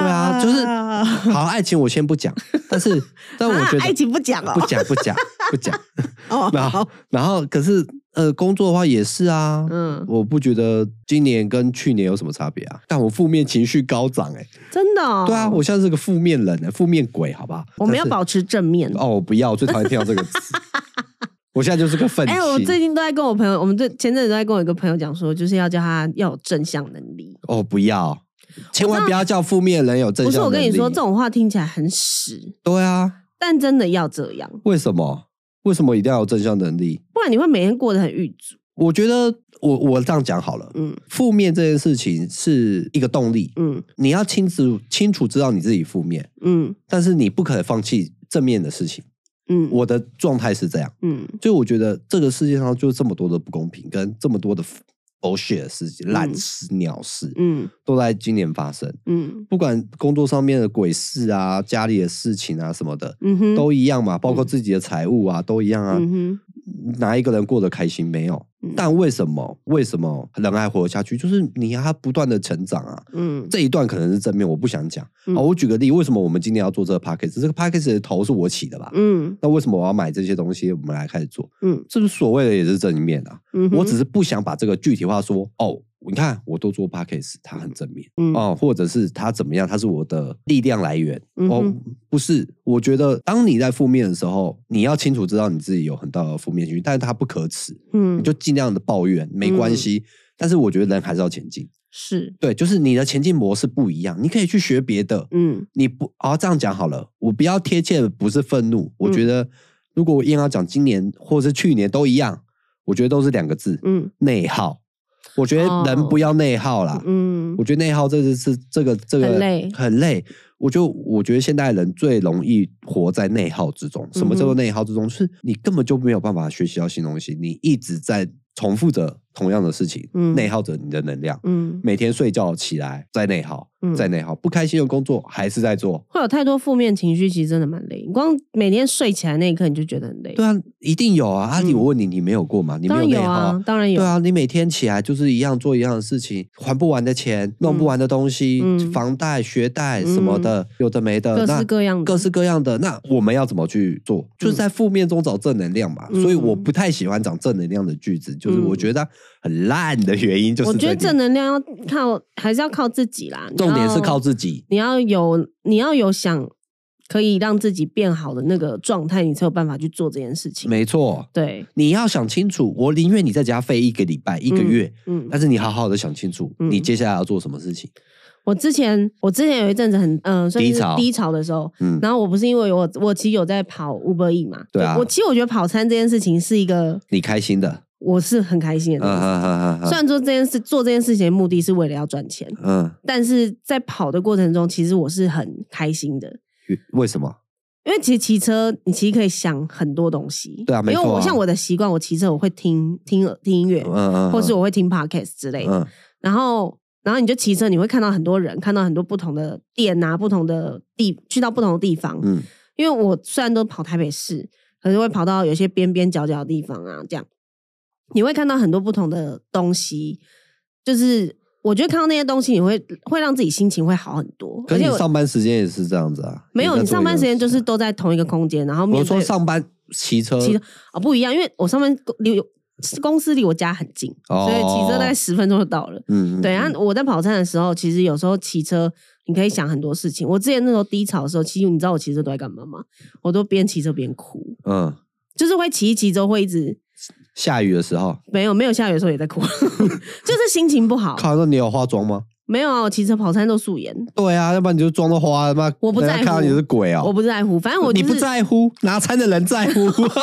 Speaker 1: 对啊， 就是好，爱情我先不讲，但是 但我觉得、
Speaker 2: 啊爱情不讲哦
Speaker 1: 不讲不 讲不讲。
Speaker 2: 哦
Speaker 1: 然后然后可是呃，工作的话也是啊，
Speaker 2: 嗯
Speaker 1: 我不觉得今年跟去年有什么差别啊。但我负面情绪高涨哎、
Speaker 2: 真的、哦。
Speaker 1: 对啊，我现在是个负面人、欸，负面鬼，好吧？
Speaker 2: 我们要
Speaker 1: 但是
Speaker 2: 保持正面。
Speaker 1: 哦，我不要，我最讨厌听到这个 词。我现在就是个愤青。
Speaker 2: 哎、我最近都在跟我朋友，我们最前阵子都在跟我一个朋友讲说，就是要叫他要有正向能力。
Speaker 1: 哦，不要，千万不要叫负面人有正
Speaker 2: 不
Speaker 1: 向
Speaker 2: 是我跟
Speaker 1: 能
Speaker 2: 你说，
Speaker 1: 力
Speaker 2: 这种话听起来很屎，
Speaker 1: 对啊，
Speaker 2: 但真的要这样，
Speaker 1: 为什么？为什么一定要有正向能力？
Speaker 2: 不然你会每天过得很郁卒。
Speaker 1: 我觉得我我这样讲好了，
Speaker 2: 嗯
Speaker 1: 负面这件事情是一个动力，
Speaker 2: 嗯
Speaker 1: 你要清楚清楚知道你自己负面，
Speaker 2: 嗯
Speaker 1: 但是你不可放弃正面的事情。
Speaker 2: 嗯，
Speaker 1: 我的状态是这样，
Speaker 2: 嗯
Speaker 1: 所以我觉得这个世界上就这么多的不公平，跟这么多的 bullshit 的事情、烂事、鸟事，
Speaker 2: 嗯
Speaker 1: 都在今年发生。
Speaker 2: 嗯
Speaker 1: 不管工作上面的鬼事啊、家里的事情啊什么的，
Speaker 2: 嗯哼，
Speaker 1: 都一样嘛，包括自己的财务啊，都一样啊。
Speaker 2: 嗯哼
Speaker 1: 哪一个人过得开心没有？
Speaker 2: 嗯
Speaker 1: 但为什么为什么人还活下去？就是你要他不断的成长啊。
Speaker 2: 嗯
Speaker 1: 这一段可能是正面，我不想讲。
Speaker 2: 嗯
Speaker 1: 好，我举个例，为什么我们今天要做这个 p a c k a g e 这个 p a c k a g e 的头是我起的吧？
Speaker 2: 嗯
Speaker 1: 那为什么我要买这些东西？我们来开始做，
Speaker 2: 嗯
Speaker 1: 这是所谓的也是正面啊。
Speaker 2: 嗯哼，
Speaker 1: 我只是不想把这个具体化说，哦，你看我都做 podcast，他很正面、
Speaker 2: 嗯
Speaker 1: 哦，或者是他怎么样，他是我的力量来源、
Speaker 2: 嗯
Speaker 1: 哦
Speaker 2: 哼，
Speaker 1: 不是，我觉得当你在负面的时候，你要清楚知道你自己有很大的负面情绪，但是它不可耻，
Speaker 2: 嗯
Speaker 1: 你，就尽量的抱怨没关系，但是我觉得人还是要前进，
Speaker 2: 是，
Speaker 1: 对，就是你的前进模式不一样，你可以去学别的，
Speaker 2: 嗯
Speaker 1: 你不啊、这样讲好了，我比较贴切的不是愤怒，我
Speaker 2: 嗯
Speaker 1: 觉得如果我硬要讲今年或是去年都一样，我觉得都是两个字，
Speaker 2: 嗯哦
Speaker 1: 内耗。我觉得人不要内耗啦，
Speaker 2: 嗯
Speaker 1: 啊我觉得内耗这个是这个这个
Speaker 2: 很累
Speaker 1: 很累。我就我觉得现代人最容易活在内耗之中。什么叫做
Speaker 2: 嗯哼
Speaker 1: 内耗之中？就是你根本就没有办法学习到新东西，你一直在重复着同样的事情，
Speaker 2: 嗯
Speaker 1: 内耗着你的能量。
Speaker 2: 嗯，
Speaker 1: 每天睡觉起来在内耗，
Speaker 2: 嗯
Speaker 1: 在内耗，不开心的工作还是在做。
Speaker 2: 会有太多负面情绪，其实真的蛮累。你光每天睡起来那一刻，你就觉得很累。
Speaker 1: 对啊，一定有啊！阿里，
Speaker 2: 嗯
Speaker 1: 我问你，你没有过吗？你没
Speaker 2: 当然
Speaker 1: 内
Speaker 2: 有
Speaker 1: 耗啊
Speaker 2: 啊，当然有。
Speaker 1: 对啊，你每天起来就是一样做一样的事情，还不完的钱，弄不完的东西，
Speaker 2: 嗯
Speaker 1: 房贷、学贷什么的，有的没的，
Speaker 2: 各
Speaker 1: 那
Speaker 2: 式各样的，
Speaker 1: 各式各样的。那我们要怎么去做？就是在负面中找正能量嘛。
Speaker 2: 嗯
Speaker 1: 所以我不太喜欢讲正能量的句子，就是我觉得很烂的原因就是
Speaker 2: 我
Speaker 1: 这里。
Speaker 2: 觉得正能量要靠，还是要靠自己啦。你
Speaker 1: 重点是
Speaker 2: 要
Speaker 1: 靠自己。
Speaker 2: 你要有，你要有想可以让自己变好的那个状态，你才有办法去做这件事情。
Speaker 1: 没错，
Speaker 2: 对，
Speaker 1: 你要想清楚。我宁愿你在家废一个礼拜、一个
Speaker 2: 嗯
Speaker 1: 月，
Speaker 2: 嗯，
Speaker 1: 但是你好好的想清楚，
Speaker 2: 嗯
Speaker 1: 你接下来要做什么事情。
Speaker 2: 我之前我之前有一阵子很嗯、呃算是
Speaker 1: 低潮
Speaker 2: 低潮的时候，
Speaker 1: 嗯，
Speaker 2: 然后我不是因为我我其实有在跑 Uber E 嘛，
Speaker 1: 对啊
Speaker 2: 我其实我觉得跑餐这件事情是一个
Speaker 1: 你开心的，
Speaker 2: 我是很开心的
Speaker 1: 嗯
Speaker 2: 东西，
Speaker 1: 嗯嗯嗯
Speaker 2: 虽
Speaker 1: 嗯
Speaker 2: 然说这件事做这件事情的目的是为了要赚钱，
Speaker 1: 嗯，
Speaker 2: 但是在跑的过程中，其实我是很开心的。
Speaker 1: 与为什么？
Speaker 2: 因为其实骑车，你其实可以想很多东西。
Speaker 1: 对啊没错啊
Speaker 2: 因为我像我的习惯，我骑车我会听听听音乐，
Speaker 1: 嗯嗯，
Speaker 2: 或是
Speaker 1: 我
Speaker 2: 我会听 podcast 之类的。
Speaker 1: 嗯
Speaker 2: 然后，然后你就骑车，你会看到很多人，看到很多不同的店啊，不同的地，去到不同的地方。
Speaker 1: 嗯
Speaker 2: 因为我虽然都跑台北市，可是会跑到有些边边角角的地方啊，这样你会看到很多不同的东西。就是我觉得看到那些东西，你会会让自己心情会好很多。
Speaker 1: 可
Speaker 2: 而
Speaker 1: 是
Speaker 2: 且
Speaker 1: 你
Speaker 2: 我
Speaker 1: 上班时间也是这样子啊？
Speaker 2: 没有，
Speaker 1: 在
Speaker 2: 你
Speaker 1: 做
Speaker 2: 上班时
Speaker 1: 一
Speaker 2: 间
Speaker 1: 样的
Speaker 2: 就
Speaker 1: 事啊
Speaker 2: 是都在同一个空间，然后面
Speaker 1: 我
Speaker 2: 对
Speaker 1: 说上班骑车，
Speaker 2: 骑车哦不一样，因为我上班公离我公司离我家很近，
Speaker 1: 哦
Speaker 2: 所以骑车大概十分钟就到了。
Speaker 1: 嗯，嗯
Speaker 2: 对，啊
Speaker 1: 嗯
Speaker 2: 然后我在跑山的时候，其实有时候骑车，你可以想很多事情。我之前那时候低潮的时候，其实你知道我骑车都在干嘛吗？我都边骑车边哭，
Speaker 1: 嗯，
Speaker 2: 就是会骑一骑之后会一直
Speaker 1: 下雨的时候，
Speaker 2: 没有没有下雨的时候也在哭， 就是心情不好。
Speaker 1: 靠，那你有化妆吗？
Speaker 2: 没有啊，我骑车跑山都素颜，
Speaker 1: 对啊，要不然你就妆都花了妈，
Speaker 2: 我不
Speaker 1: 人家
Speaker 2: 在乎
Speaker 1: 看到你是鬼
Speaker 2: 我
Speaker 1: 哦。
Speaker 2: 不在乎，反正我、就
Speaker 1: 你
Speaker 2: 是、
Speaker 1: 不，在乎，拿餐的人在乎，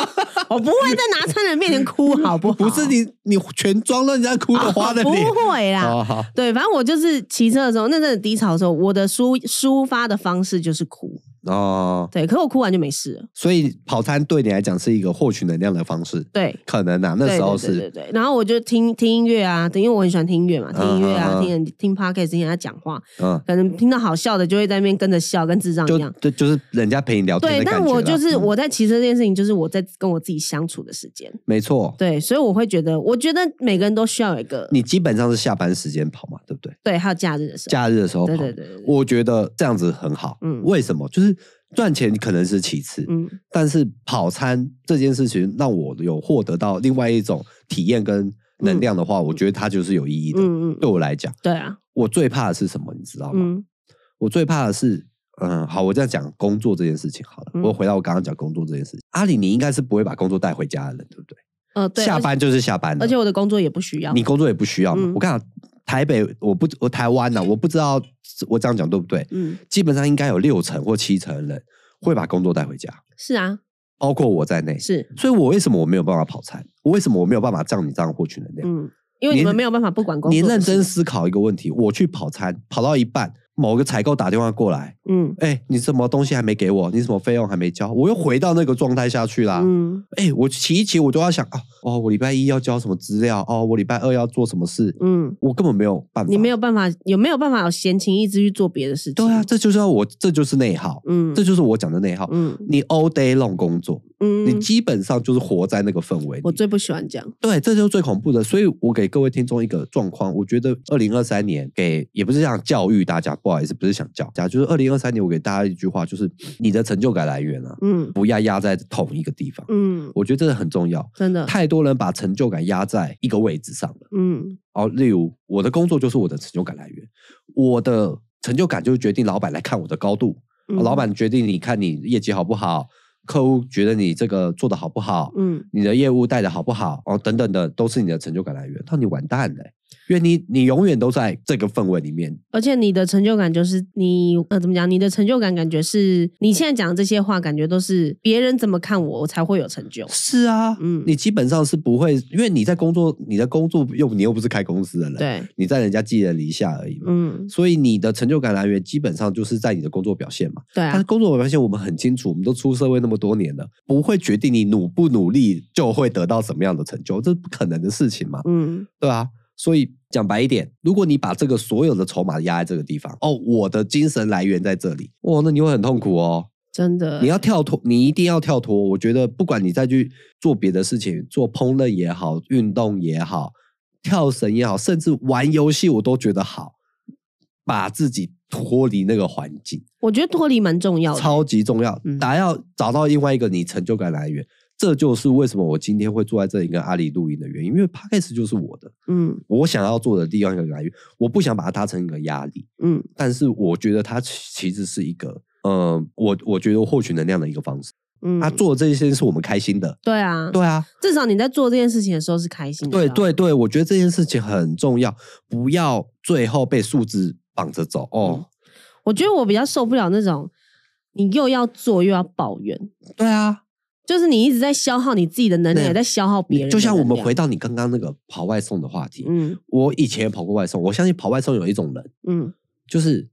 Speaker 2: 我不会在拿车人面前哭， 好不好？
Speaker 1: 不是你你全妆让人家哭的花的
Speaker 2: 不
Speaker 1: 脸。
Speaker 2: 会啊啦。
Speaker 1: 哦好，
Speaker 2: 对，反正我就是骑车的时候，那阵子低潮的时候，我的抒抒发的方式就是哭。
Speaker 1: 哦，
Speaker 2: 对，可我哭完就没事了。
Speaker 1: 所以跑餐对你来讲是一个获取能量的方式，
Speaker 2: 对，
Speaker 1: 可能啊，那
Speaker 2: 对
Speaker 1: 时候
Speaker 2: 对对
Speaker 1: 是，
Speaker 2: 对对。然后我就听听音乐啊，因为我很喜欢听音乐嘛，听音
Speaker 1: 嗯
Speaker 2: 乐
Speaker 1: 嗯
Speaker 2: 啊，
Speaker 1: 嗯
Speaker 2: 听人听 podcast，听人家讲话，
Speaker 1: 嗯，
Speaker 2: 可能听到好笑的就会在那边跟着笑，跟智障一
Speaker 1: 就
Speaker 2: 样。
Speaker 1: 就就是人家陪你聊天
Speaker 2: 对，
Speaker 1: 的
Speaker 2: 但
Speaker 1: 感觉啦。
Speaker 2: 我就是
Speaker 1: 嗯
Speaker 2: 我在骑车这件事情，就是我在跟我自己相处的时间。
Speaker 1: 没错，
Speaker 2: 对，所以我会觉得，我觉得每个人都需要有一个
Speaker 1: 你基本上是下班时间跑嘛，对不对？
Speaker 2: 对，还有假日的时候。
Speaker 1: 假日的时候跑，
Speaker 2: 对对对对对
Speaker 1: 我觉得这样子很好。
Speaker 2: 嗯
Speaker 1: 为什么？就是赚钱可能是其次，
Speaker 2: 嗯
Speaker 1: 但是跑餐这件事情让我有获得到另外一种体验跟能量的话，我觉得它就是有意义的。
Speaker 2: 嗯嗯，
Speaker 1: 对我来讲，
Speaker 2: 对啊，
Speaker 1: 我最怕的是什么？你知道吗？
Speaker 2: 嗯
Speaker 1: 我最怕的是。嗯，好，我这样讲工作这件事情好了。
Speaker 2: 嗯
Speaker 1: 我回到我刚刚讲工作这件事情，阿里，你应该是不会把工作带回家的人，对不对？
Speaker 2: 呃，对，
Speaker 1: 下
Speaker 2: 而且
Speaker 1: 班就是下班了
Speaker 2: 而且我的工作也不需要
Speaker 1: 你。工作也不需要嘛。
Speaker 2: 嗯
Speaker 1: 我看台北，我不我台湾 呢、我不知道我这样讲对不对？
Speaker 2: 嗯，
Speaker 1: 基本上应该有六成或七成的人会把工作带回家，
Speaker 2: 是啊，
Speaker 1: 包括我在内。
Speaker 2: 是，
Speaker 1: 所以我为什么我没有办法跑餐？我为什么我没有办法像你这样获取能量？
Speaker 2: 嗯，因为你
Speaker 1: 你
Speaker 2: 们没有办法不管工
Speaker 1: 你
Speaker 2: 作的事，
Speaker 1: 认真思考一个问题：我去跑餐，跑到一半，某个采购打电话过来，
Speaker 2: 嗯
Speaker 1: 哎、你什么东西还没给我？你什么费用还没交？我又回到那个状态下去啦。
Speaker 2: 嗯
Speaker 1: 哎、我骑一骑，我都要想啊，哦，我礼拜一要交什么资料？哦，我礼拜二要做什么事？
Speaker 2: 嗯，
Speaker 1: 我根本没有办法。
Speaker 2: 你没有办法，有没有办法有闲情逸致去做别的事情？
Speaker 1: 对啊，，这就是要我，这就是内耗，
Speaker 2: 嗯，
Speaker 1: 这就是我讲的内耗。
Speaker 2: 嗯
Speaker 1: 你 all day long 工作，
Speaker 2: 嗯，
Speaker 1: 你基本上就是活在那个氛围里。
Speaker 2: 我最不喜欢这样，
Speaker 1: 对，这就是最恐怖的。所以我给各位听众一个状况，我觉得二零二三年给也不是想教育大家，不好意思，不是想教大家，就是二零二二三年，我给大家一句话，就是你的成就感来源啊，
Speaker 2: 嗯
Speaker 1: 不要压在同一个地方。
Speaker 2: 嗯，
Speaker 1: 我觉得这个很重要。
Speaker 2: 真的，
Speaker 1: 太多人把成就感压在一个位置上了。
Speaker 2: 嗯
Speaker 1: 哦，例如我的工作就是我的成就感来源，我的成就感就是决定老板来看我的高度，哦
Speaker 2: 嗯
Speaker 1: 老，板决定你看你业绩好不好，客户觉得你这个做的好不好，
Speaker 2: 嗯，
Speaker 1: 你的业务带的好不好，哦，等等的，都是你的成就感来源。那你完蛋了欸、因为你你永远都在这个氛围里面。
Speaker 2: 而且你的成就感就是你呃怎么讲？你的成就感感觉是你现在讲的这些话，感觉都是别人怎么看我，我才会有成就。
Speaker 1: 是啊，
Speaker 2: 嗯
Speaker 1: 你基本上是不会，因为你在工作，你的工作又你又不是开公司的人，
Speaker 2: 对，
Speaker 1: 你在人家寄人篱下而已嘛。
Speaker 2: 嗯，
Speaker 1: 所以你的成就感来源基本上就是在你的工作表现嘛。
Speaker 2: 对
Speaker 1: 但是
Speaker 2: 啊，
Speaker 1: 工作表现我们很清楚，我们都出社会那么多年了，不会决定你努不努力就会得到什么样的成就，这是不可能的事情嘛，
Speaker 2: 嗯
Speaker 1: 对啊。所以讲白一点，如果你把这个所有的筹码压在这个地方，哦，我的精神来源在这里，哦，那你会很痛苦哦。
Speaker 2: 真的，
Speaker 1: 你要跳脱，你一定要跳脱。我觉得不管你再去做别的事情，做烹饪也好，运动也好，跳绳也好，甚至玩游戏，我都觉得好，把自己脱离那个环境，
Speaker 2: 我觉得脱离蛮重要的。
Speaker 1: 超级重要
Speaker 2: 嗯。
Speaker 1: 还要找到另外一个你成就感来源。这就是为什么我今天会坐在这里跟阿里录音的原因，因为 podcast 就是我的，
Speaker 2: 嗯
Speaker 1: 我想要做的第二个来源，我不想把它当成一个压力，
Speaker 2: 嗯，
Speaker 1: 但是我觉得它其其实是一个，呃，我我觉得获取能量的一个方式。
Speaker 2: 嗯，
Speaker 1: 啊，做这些是我们开心的。
Speaker 2: 对啊，
Speaker 1: 对啊，
Speaker 2: 至少你在做这件事情的时候是开心的。啊
Speaker 1: 对，对对，我觉得这件事情很重要，不要最后被数字绑着走哦。
Speaker 2: 我觉得我比较受不了那种你又要做又要抱怨，
Speaker 1: 对啊，
Speaker 2: 就是你一直在消耗你自己的能
Speaker 1: 对
Speaker 2: 量，也在消耗别人的能量。
Speaker 1: 就像我们回到你刚刚那个跑外送的话题，
Speaker 2: 嗯
Speaker 1: 我以前也跑过外送，我相信跑外送有一种人，
Speaker 2: 嗯，
Speaker 1: 就是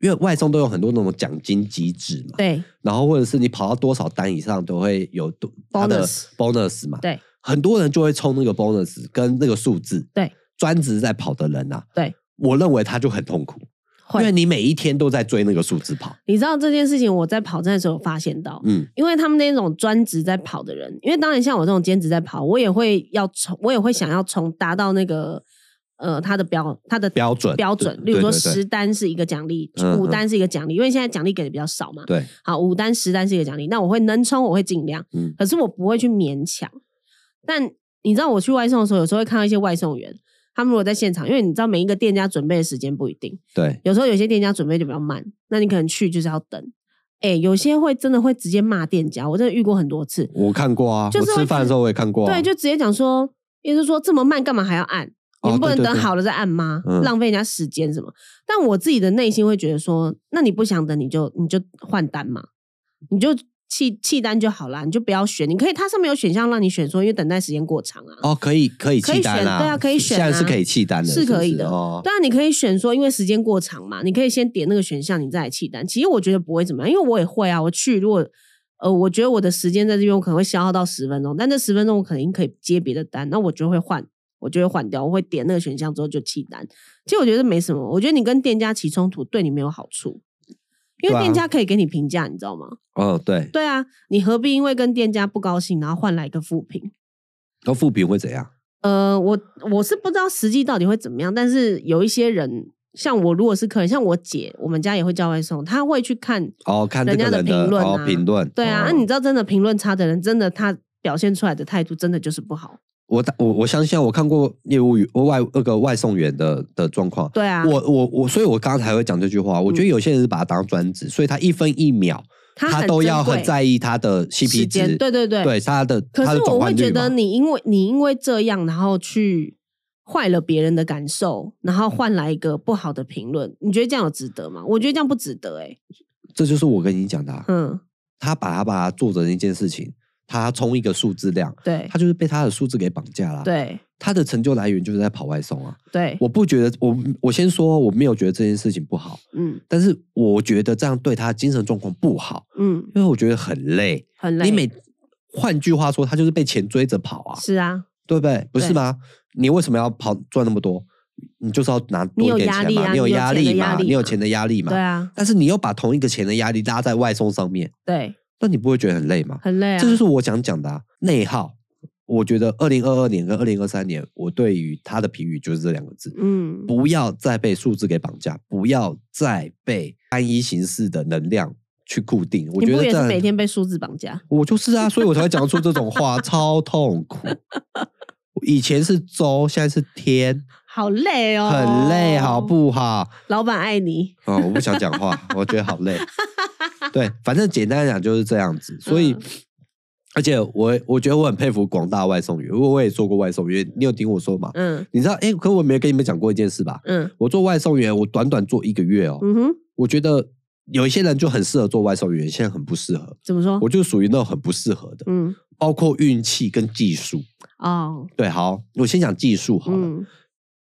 Speaker 1: 因为外送都有很多那种奖金机制嘛，
Speaker 2: 对
Speaker 1: 然后或者是你跑到多少单以上都会有多它的
Speaker 2: Bonus
Speaker 1: bonus 嘛，
Speaker 2: 对，
Speaker 1: 很多人就会冲那个 bonus 跟那个数字，
Speaker 2: 对，
Speaker 1: 专职在跑的人啊，
Speaker 2: 对，
Speaker 1: 我认为他就很痛苦，因为
Speaker 2: 会。
Speaker 1: 你每一天都在追那个数字跑，
Speaker 2: 你知道这件事情，我在跑站的时候有发现到，
Speaker 1: 嗯，
Speaker 2: 因为他们那种专职在跑的人，因为当然像我这种兼职在跑，我也会要冲，我也会想要冲达到那个呃他的标他的
Speaker 1: 标准
Speaker 2: 标准，例
Speaker 1: 对
Speaker 2: 如说
Speaker 1: 对对
Speaker 2: 十单是一个奖励
Speaker 1: 嗯，嗯
Speaker 2: 五单是一个奖励，因为现在奖励给的比较少嘛。
Speaker 1: 对，
Speaker 2: 好，五单十单是一个奖励，那我会能冲我会尽量，
Speaker 1: 嗯
Speaker 2: 可是我不会去勉强。但你知道我去外送的时候，有时候会看到一些外送员，他们如果在现场，因为你知道每一个店家准备的时间不一定，
Speaker 1: 对，
Speaker 2: 有时候有些店家准备就比较慢，那你可能去就是要等。哎、有些会真的会直接骂店家，我真的遇过很多次。
Speaker 1: 我看过啊，
Speaker 2: 就是
Speaker 1: 我吃
Speaker 2: 会
Speaker 1: 饭的时候我也看过、啊，
Speaker 2: 对，就直接讲说，也就是说这么慢干嘛还要按？
Speaker 1: 哦
Speaker 2: 你们不能
Speaker 1: 对对
Speaker 2: 等
Speaker 1: 对
Speaker 2: 好了再按吗？
Speaker 1: 嗯
Speaker 2: 浪费人家时间什么？但我自己的内心会觉得说，那你不想等你就你就换单嘛，你就弃弃单就好啦，你就不要选，你可以它上面有选项让你选说，因为等待时间过长啊。
Speaker 1: 哦，可以可以
Speaker 2: 可以
Speaker 1: 弃单
Speaker 2: 选对啊可以选
Speaker 1: 现在是
Speaker 2: 啊
Speaker 1: 可以弃单的，是
Speaker 2: 是可以
Speaker 1: 不是
Speaker 2: 的
Speaker 1: 哦。
Speaker 2: 当然，你可以选说，因为时间过长嘛，你可以先点那个选项，你再来弃单。其实我觉得不会怎么样，因为我也会啊。我去，如果呃，我觉得我的时间在这边，我可能会消耗到十分钟，但这十分钟我肯定可以接别的单，那我就会换，我就会换掉，我会点那个选项之后就弃单。其实我觉得没什么，我觉得你跟店家起冲突对你没有好处，因
Speaker 1: 对
Speaker 2: 为
Speaker 1: 啊
Speaker 2: 店家可以给你评价，你知道吗？
Speaker 1: 哦，对，
Speaker 2: 对啊，你何必因为跟店家不高兴，然后换来一个负评？
Speaker 1: 那副评会怎样？
Speaker 2: 呃，我我是不知道实际到底会怎么样，但是有一些人，像我如果是客人，像我姐，我们家也会叫外送，她会去看。
Speaker 1: 哦，看这
Speaker 2: 人
Speaker 1: 个
Speaker 2: 家的
Speaker 1: 人的
Speaker 2: 评论
Speaker 1: 哦
Speaker 2: 啊
Speaker 1: 评论，
Speaker 2: 对啊，那、
Speaker 1: 哦
Speaker 2: 你知道，真的评论差的人，真的他表现出来的态度，真的就是不好。
Speaker 1: 我大我我相信啊我看过业务员外那个外送员的的状况。
Speaker 2: 对啊，嗯
Speaker 1: 我我我，所以我刚才会讲这句话。我觉得有些人是把它当专职，所以他一分一秒
Speaker 2: 他很
Speaker 1: 都要
Speaker 2: 珍
Speaker 1: 很
Speaker 2: 贵
Speaker 1: 在意他的 CP
Speaker 2: 时间
Speaker 1: 值，
Speaker 2: 对对对
Speaker 1: 对他的
Speaker 2: 可
Speaker 1: 他的
Speaker 2: 是
Speaker 1: 转
Speaker 2: 我会
Speaker 1: 换
Speaker 2: 觉
Speaker 1: 率
Speaker 2: 得，
Speaker 1: 嘛。
Speaker 2: 你因为你因为这样，然后去坏了别人的感受，然后换来一个不好的评论，你觉得这样有值得吗？我觉得这样不值得、欸，
Speaker 1: 这就是我跟你讲的啊、
Speaker 2: 嗯，
Speaker 1: 他把他把他做的那件事情，他冲一个数字量，
Speaker 2: 对
Speaker 1: 他就是被他的数字给绑架了。，
Speaker 2: 对
Speaker 1: 他的成就来源就是在跑外送啊。
Speaker 2: 对，
Speaker 1: 我不觉得，我我先说，我没有觉得这件事情不好，
Speaker 2: 嗯
Speaker 1: 但是我觉得这样对他的精神状况不好，
Speaker 2: 嗯，
Speaker 1: 因为我觉得很累。
Speaker 2: 很累，
Speaker 1: 你每换句话说，他就是被钱追着跑啊，
Speaker 2: 是啊，
Speaker 1: 对不对？不是
Speaker 2: 对
Speaker 1: 吗？你为什么要跑赚那么多？你就是要拿
Speaker 2: 你
Speaker 1: 多
Speaker 2: 有
Speaker 1: 一点
Speaker 2: 压
Speaker 1: 钱
Speaker 2: 力
Speaker 1: 嘛，
Speaker 2: 啊
Speaker 1: 你有
Speaker 2: 你有
Speaker 1: 压
Speaker 2: 钱的
Speaker 1: 力
Speaker 2: 压
Speaker 1: 嘛，
Speaker 2: 力
Speaker 1: 你有
Speaker 2: 嘛
Speaker 1: 钱的压力嘛。
Speaker 2: 对啊，
Speaker 1: 但是你又把同一个钱的压力拉在外送上面，
Speaker 2: 对，
Speaker 1: 那你不会觉得很累吗？
Speaker 2: 很累啊，
Speaker 1: 这就是我想讲的、啊、内耗。我觉得二零二二年跟二零二三年，我对于它的评语就是这两个字：
Speaker 2: 嗯，
Speaker 1: 不要再被数字给绑架，不要再被单一形式的能量去固定。我
Speaker 2: 你
Speaker 1: 觉
Speaker 2: 不
Speaker 1: 得
Speaker 2: 也
Speaker 1: 这
Speaker 2: 是
Speaker 1: 样
Speaker 2: 每天被数字绑架？
Speaker 1: 我就是啊，所以我才会讲出这种话，超痛苦。以前是周，现在是天，
Speaker 2: 好累哦，
Speaker 1: 很累，好？不好？
Speaker 2: 老板爱你，
Speaker 1: 哦，我不想讲话，我觉得好累。对，反正简单来讲就是这样子。所以，
Speaker 2: 嗯
Speaker 1: 而且我我觉得我很佩服广大外送员，因为我也做过外送员，你有听我说吗？
Speaker 2: 嗯
Speaker 1: 你知道，哎、可我没有跟你们讲过一件事吧？
Speaker 2: 嗯
Speaker 1: 我做外送员，我短短做一个月哦，
Speaker 2: 嗯哼，
Speaker 1: 我觉得有一些人就很适合做外送员，有些人很不适合。
Speaker 2: 怎么说
Speaker 1: 我？就属于那种很不适合的，
Speaker 2: 嗯
Speaker 1: 包括运气跟技术。
Speaker 2: 哦，
Speaker 1: 对，好，我先讲技术好了。
Speaker 2: 嗯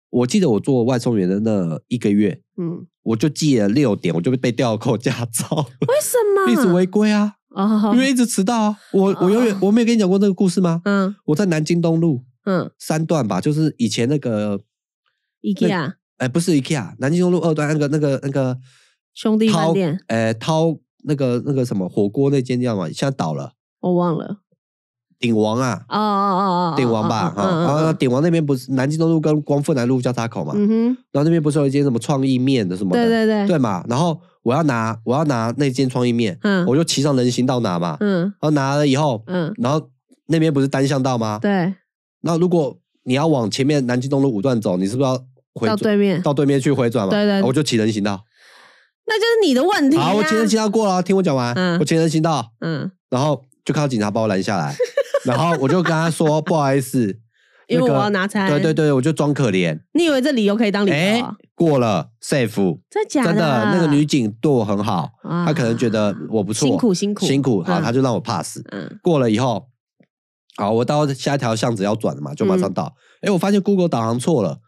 Speaker 1: 我记得我做外送员的那一个月，
Speaker 2: 嗯，
Speaker 1: 我就记了六点，我就被吊扣驾 照，
Speaker 2: 为什么？
Speaker 1: 一直违规啊，
Speaker 2: 哦
Speaker 1: 因，为一直迟到啊。我我永远我没有跟你讲过这个故事吗？
Speaker 2: 嗯
Speaker 1: 我在南京东路
Speaker 2: 嗯
Speaker 1: 三段吧，就是以前那个，
Speaker 2: ，IKEA
Speaker 1: 哎，不是 IKEA，南京东路二段那个那个那个
Speaker 2: 兄弟饭
Speaker 1: 涛，
Speaker 2: 店，
Speaker 1: 呃，涛那个那个什么火锅那间叫什么？现在倒了，
Speaker 2: 我忘了。
Speaker 1: 鼎王啊，
Speaker 2: 哦哦哦哦，
Speaker 1: 鼎王吧，
Speaker 2: 哦
Speaker 1: 哈，然后那，鼎王那边不是南京东路跟光复南路交叉口嘛，
Speaker 2: 嗯嗯嗯哼，
Speaker 1: 然后那边不是有一间什么创意面的什么的，
Speaker 2: 对对对，
Speaker 1: 啊对嘛？然后我要拿我要拿那间创意面，
Speaker 2: 嗯
Speaker 1: 我就骑上人行道拿嘛。
Speaker 2: 嗯
Speaker 1: 然后拿了以后，
Speaker 2: 嗯，
Speaker 1: 然后那边不是单向道吗？。
Speaker 2: 对，
Speaker 1: 那如果你要往前面南京东路五段走，你是不是要回
Speaker 2: 到
Speaker 1: 转
Speaker 2: 对面，
Speaker 1: 到对面去回转嘛？啊
Speaker 2: 对对对
Speaker 1: 我就骑人行道。
Speaker 2: 那就是你的问题。
Speaker 1: 好，我骑人行，道过了，啊听我讲完。
Speaker 2: 嗯
Speaker 1: 我骑人行道，
Speaker 2: 嗯，
Speaker 1: 然后就看到警察把我拦下 来，然后我就跟他说不好意思，
Speaker 2: 因为
Speaker 1: 那个
Speaker 2: 我要拿餐
Speaker 1: 对对对，我就装可怜。
Speaker 2: 你以为这理由可以当理
Speaker 1: 哎
Speaker 2: 由啊？，
Speaker 1: 过了，safe，
Speaker 2: 真假
Speaker 1: 真的，那个女警对我很好，
Speaker 2: 她
Speaker 1: 她可能觉得我不错，
Speaker 2: 辛苦辛苦
Speaker 1: 辛苦，好，
Speaker 2: 嗯
Speaker 1: 她就让我 pass。
Speaker 2: 嗯
Speaker 1: 过了以后，好，我到下一条巷子要转了嘛，就马
Speaker 2: 嗯
Speaker 1: 上到。哎、我发现 Google 导航错了，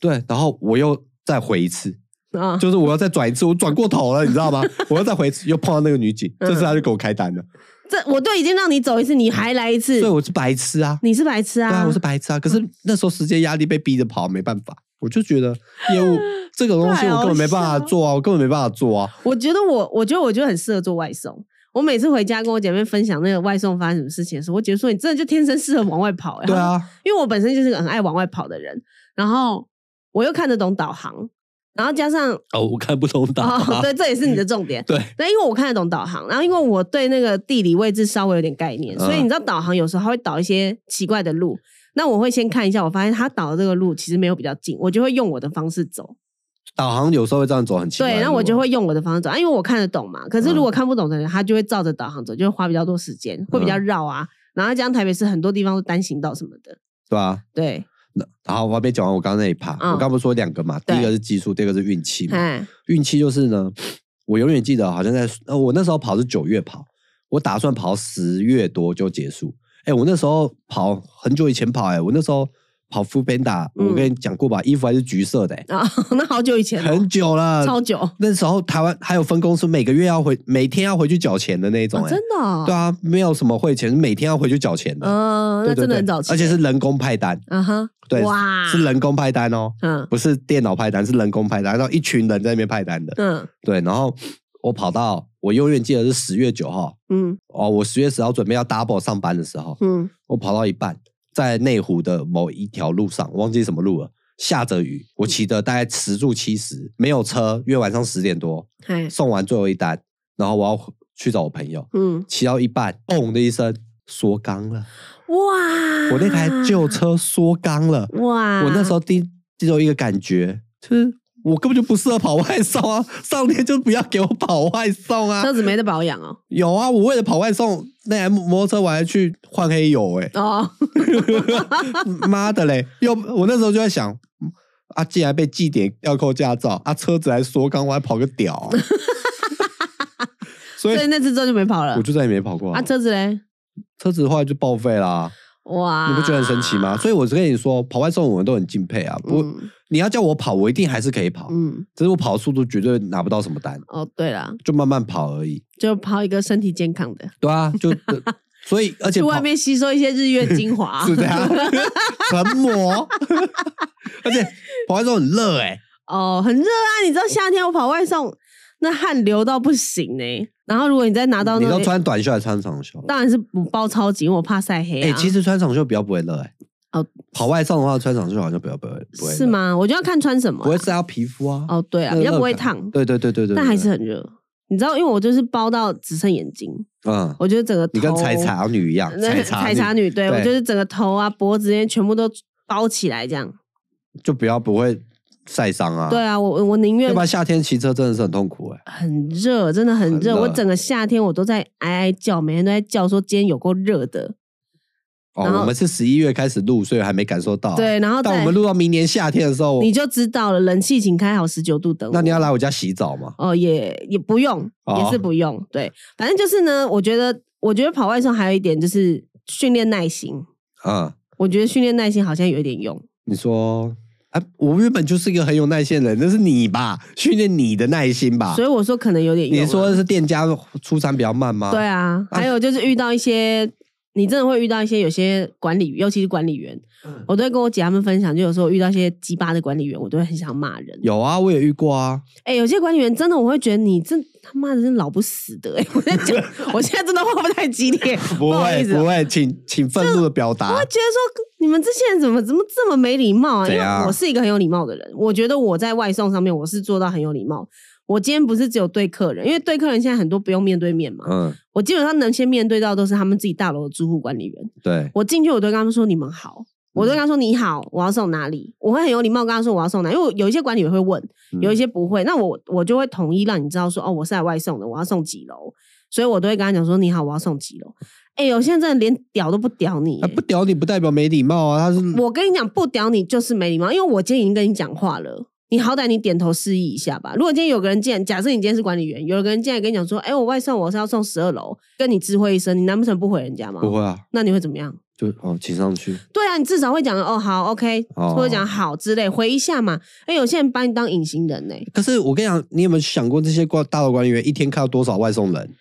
Speaker 1: 对，然后我又再回一次，
Speaker 2: 啊，
Speaker 1: 就是我要再转一次，我转过头了，你知道 吗？我又再回一次，又碰到那个女警，
Speaker 2: 嗯
Speaker 1: 这次她就给我开单了，
Speaker 2: 这我都已经让你走一次，你还来一次
Speaker 1: 嗯所以，我是白痴啊，
Speaker 2: 你是白痴啊？
Speaker 1: 对啊，我是白痴啊。可是那时候时间压力被逼着跑，没办法，我就觉得业务这个东西我根本没办法做啊，我根本没办法做啊。
Speaker 2: 我觉得我，我觉得我就很适合做外送。我每次回家跟我姐妹分享那个外送发生什么事情的时候，我姐说你真的就天生适合往外跑、欸。
Speaker 1: 对，啊，
Speaker 2: 因为我本身就是个很爱往外跑的人，然后我又看得懂导航，然后加上
Speaker 1: 哦，我看不懂打、
Speaker 2: 哦，对，这也是你的重点。
Speaker 1: 对，
Speaker 2: 对，因为我看得懂导航，然后因为我对那个地理位置稍微有点概念，所以
Speaker 1: 嗯
Speaker 2: 你知道导航有时候它会导一些奇怪的路，那我会先看一下，我发现它导的这个路其实没有比较近，我就会用我的方式走。
Speaker 1: 导航有时候会这样走很奇怪的
Speaker 2: 对，
Speaker 1: 路啊。
Speaker 2: 然后我就会用我的方式走，啊，因为我看得懂嘛。可是如
Speaker 1: 嗯
Speaker 2: 果看不懂的人，他就会照着导航走，就会花比较多时间，会比较
Speaker 1: 嗯
Speaker 2: 绕啊。然后加上台北市很多地方都单行道什么的，
Speaker 1: 对啊，
Speaker 2: 对，
Speaker 1: 那然后我还没讲完，我刚刚那一趴，
Speaker 2: 嗯
Speaker 1: 我刚不是说两个嘛，第
Speaker 2: 对
Speaker 1: 一个是技术，第二个是运气嘛。
Speaker 2: 哎，
Speaker 1: 运气就是呢，我永远记得好像在呃，我那时候跑是九月跑，我打算跑十月多就结束。哎，我那时候跑很久以前跑，哎，我那时候跑副边打，
Speaker 2: 嗯
Speaker 1: 我跟你讲过吧，衣服还是橘色的，哎
Speaker 2: 啊， 那好久以前了，
Speaker 1: 很久了，
Speaker 2: 超久，啊
Speaker 1: 那时候台湾还有分公司，每个月要回，每天要回去缴钱的那一种，哎
Speaker 2: 真，的哦，
Speaker 1: 对啊，没有什么汇钱，每天要回去缴钱的，
Speaker 2: 嗯，那
Speaker 1: 对对
Speaker 2: 真的
Speaker 1: 对
Speaker 2: 很早期，啊
Speaker 1: 而且是人工派单，
Speaker 2: 嗯哼，
Speaker 1: 对，
Speaker 2: 哇，
Speaker 1: 是人工派单哦，
Speaker 2: 嗯
Speaker 1: 不是电脑派单，是人工派单，然后一群人在那边派单的。
Speaker 2: 嗯
Speaker 1: 对，然后我跑到，我永远记得是十月九号
Speaker 2: 嗯
Speaker 1: 哦，我十月十号准备要 double 上班的时候，
Speaker 2: 嗯，
Speaker 1: 我跑到一半，在内湖的某一条路上，忘记什么路了，下着雨，我骑的大概时速七十，没有车，因为晚上十点多
Speaker 2: 嗨，
Speaker 1: 送完最后一单，然后我要去找我朋友，
Speaker 2: 嗯，
Speaker 1: 骑到一半，嘣的一声缩缸了，
Speaker 2: 哇，
Speaker 1: 我那台旧，车缩缸了。
Speaker 2: 哇，
Speaker 1: 我那时候第第有一个感觉，就是我根本就不适合跑外送啊！ 上天就不要给我跑外送啊！
Speaker 2: 车子没得保养哦，
Speaker 1: 有啊，我为了跑外送，那台摩托车我还去换黑油哎、
Speaker 2: 哦，
Speaker 1: 妈的嘞！又我那时候就在想，嗯啊，既然被记点吊扣驾照，啊，车子还缩缸，我还跑个屌、啊！所以
Speaker 2: 所以那次之后就没跑了
Speaker 1: 我。就再也没跑过
Speaker 2: 啊，车子嘞，
Speaker 1: 车子后来就报废啦、
Speaker 2: 哇，
Speaker 1: 你不觉得很神奇吗？所以我是跟你说，跑外送我们都很敬佩啊。不，
Speaker 2: 嗯
Speaker 1: 你要叫我跑，我一定还是可以跑。
Speaker 2: 嗯，
Speaker 1: 只是我跑的速度绝对拿不到什么单，
Speaker 2: 哦，对了，
Speaker 1: 就慢慢跑而已。
Speaker 2: 就抛一个身体健康的，
Speaker 1: 对啊， 就所以而且
Speaker 2: 去
Speaker 1: 跑
Speaker 2: 外面吸收一些日月精华。
Speaker 1: 是这 样，很磨，而且跑完之后很热哎、
Speaker 2: 哦，很热啊！你知道夏天我跑外送，那汗流到不行呢、然后如果你再拿到
Speaker 1: 你
Speaker 2: 那
Speaker 1: 都
Speaker 2: 个，
Speaker 1: 穿短袖还是穿长袖？
Speaker 2: 当然是不包超级，因为我怕晒黑
Speaker 1: 哎、
Speaker 2: 啊。
Speaker 1: 其实穿长袖比较不会热哎、
Speaker 2: 哦
Speaker 1: 跑外送的话穿长袖好像比较不会不会热
Speaker 2: 是？吗？我就要看穿什么
Speaker 1: 不
Speaker 2: 啊、
Speaker 1: 会晒到皮肤啊。
Speaker 2: 哦，对啊，比
Speaker 1: 热
Speaker 2: 较不会
Speaker 1: 热感
Speaker 2: 烫，
Speaker 1: 对对对对对。
Speaker 2: 但还是
Speaker 1: 对
Speaker 2: 很热。你知道，因为我就是包到只剩眼睛，
Speaker 1: 嗯，
Speaker 2: 我觉得整个头
Speaker 1: 你跟采茶女一 样，
Speaker 2: 那
Speaker 1: 采茶
Speaker 2: 采茶女，对
Speaker 1: 对
Speaker 2: 我就是整个头啊、脖子那些全部都包起来这样。
Speaker 1: 就比较不会晒伤啊。
Speaker 2: 对，啊，我我宁愿
Speaker 1: 要不然夏天骑车真的是很痛苦哎、
Speaker 2: 很热，真的很
Speaker 1: 很
Speaker 2: 热。
Speaker 1: 热
Speaker 2: 我整个夏天我都在哀哀叫，每天都在叫说今天有够热的。然
Speaker 1: 哦，
Speaker 2: 后
Speaker 1: 我们是十一月开始录，所以还没感受到、啊
Speaker 2: 对，，然后
Speaker 1: 哦但我
Speaker 2: 再
Speaker 1: 们录到明年夏天的时候，
Speaker 2: 你就知道了，冷气请开好十九度等我。
Speaker 1: 那你要来我家洗澡吗？
Speaker 2: 哦，也也不用，
Speaker 1: 哦
Speaker 2: 也是不用。对，反正就是呢，我觉得，我觉得跑外送还有一点就是训练耐心。
Speaker 1: 嗯，
Speaker 2: 我觉得训练耐心好像有一点用。
Speaker 1: 你说。啊，我原本就是一个很有耐心的人，那是你吧？训练你的耐心吧
Speaker 2: 所。以我说可能有点用啊、
Speaker 1: 啊你说的是店家出餐比较慢吗？
Speaker 2: 对啊，还有就是遇到一些，你真的会遇到一些有些管理，尤其是管理员，
Speaker 1: 嗯
Speaker 2: 我都会跟我姐他们分享，就有时候遇到一些鸡巴的管理员，我都会很想骂人。
Speaker 1: 有啊，我也遇过啊。
Speaker 2: 哎、有些管理员真的，我会觉得你这他妈的是老不死的、哎，我在 讲，我现在真的话不太激烈，
Speaker 1: 不
Speaker 2: 好
Speaker 1: 会
Speaker 2: 意思啊
Speaker 1: 不会，请请愤怒的表
Speaker 2: 我
Speaker 1: 达
Speaker 2: 会。觉得说你们这些人怎么怎么这么没礼貌啊？因
Speaker 1: 怎
Speaker 2: 为
Speaker 1: 样
Speaker 2: 我是一个很有礼貌的人，我觉得我在外送上面我是做到很有礼貌。我今天不是只有对客人，因为对客人现在很多不用面对面嘛，
Speaker 1: 嗯，
Speaker 2: 我基本上能先面对到都是他们自己大楼的住户管理员。
Speaker 1: 对，
Speaker 2: 我进去我都跟他们说你们好，我都跟他说你好，我要送哪里，我会很有礼貌跟他说我要送哪，因为我有一些管理员会问，
Speaker 1: 嗯
Speaker 2: 有一些不会，那我我就会统一让你知道说哦，我是来外送的，我要送几楼，所以我都会跟他讲说你好，我要送几楼。哎、有些人真的连屌都不屌你、
Speaker 1: 他
Speaker 2: 哎
Speaker 1: 啊不屌你不代表没礼貌啊，他是
Speaker 2: 嗯我跟你讲，不屌你就是没礼貌，因为我今天已经跟你讲话了，你好歹你点头示意一下吧。如果今天有个人进来，假设你今天是管理员，有个人进来跟你讲说：“哎、我外送，我是要送十二楼。”跟你知会一声，你难不成不回人家吗？
Speaker 1: 不会啊，
Speaker 2: 那你会怎么样？
Speaker 1: 就哦请上去。
Speaker 2: 对啊，你至少会讲哦好 OK，、
Speaker 1: 哦
Speaker 2: 或者讲好之类，回一下嘛。哎、有些人把你当隐形人呢、
Speaker 1: 可是我跟你讲，你有没有想过这些管大楼管理员一天看到多少外送人？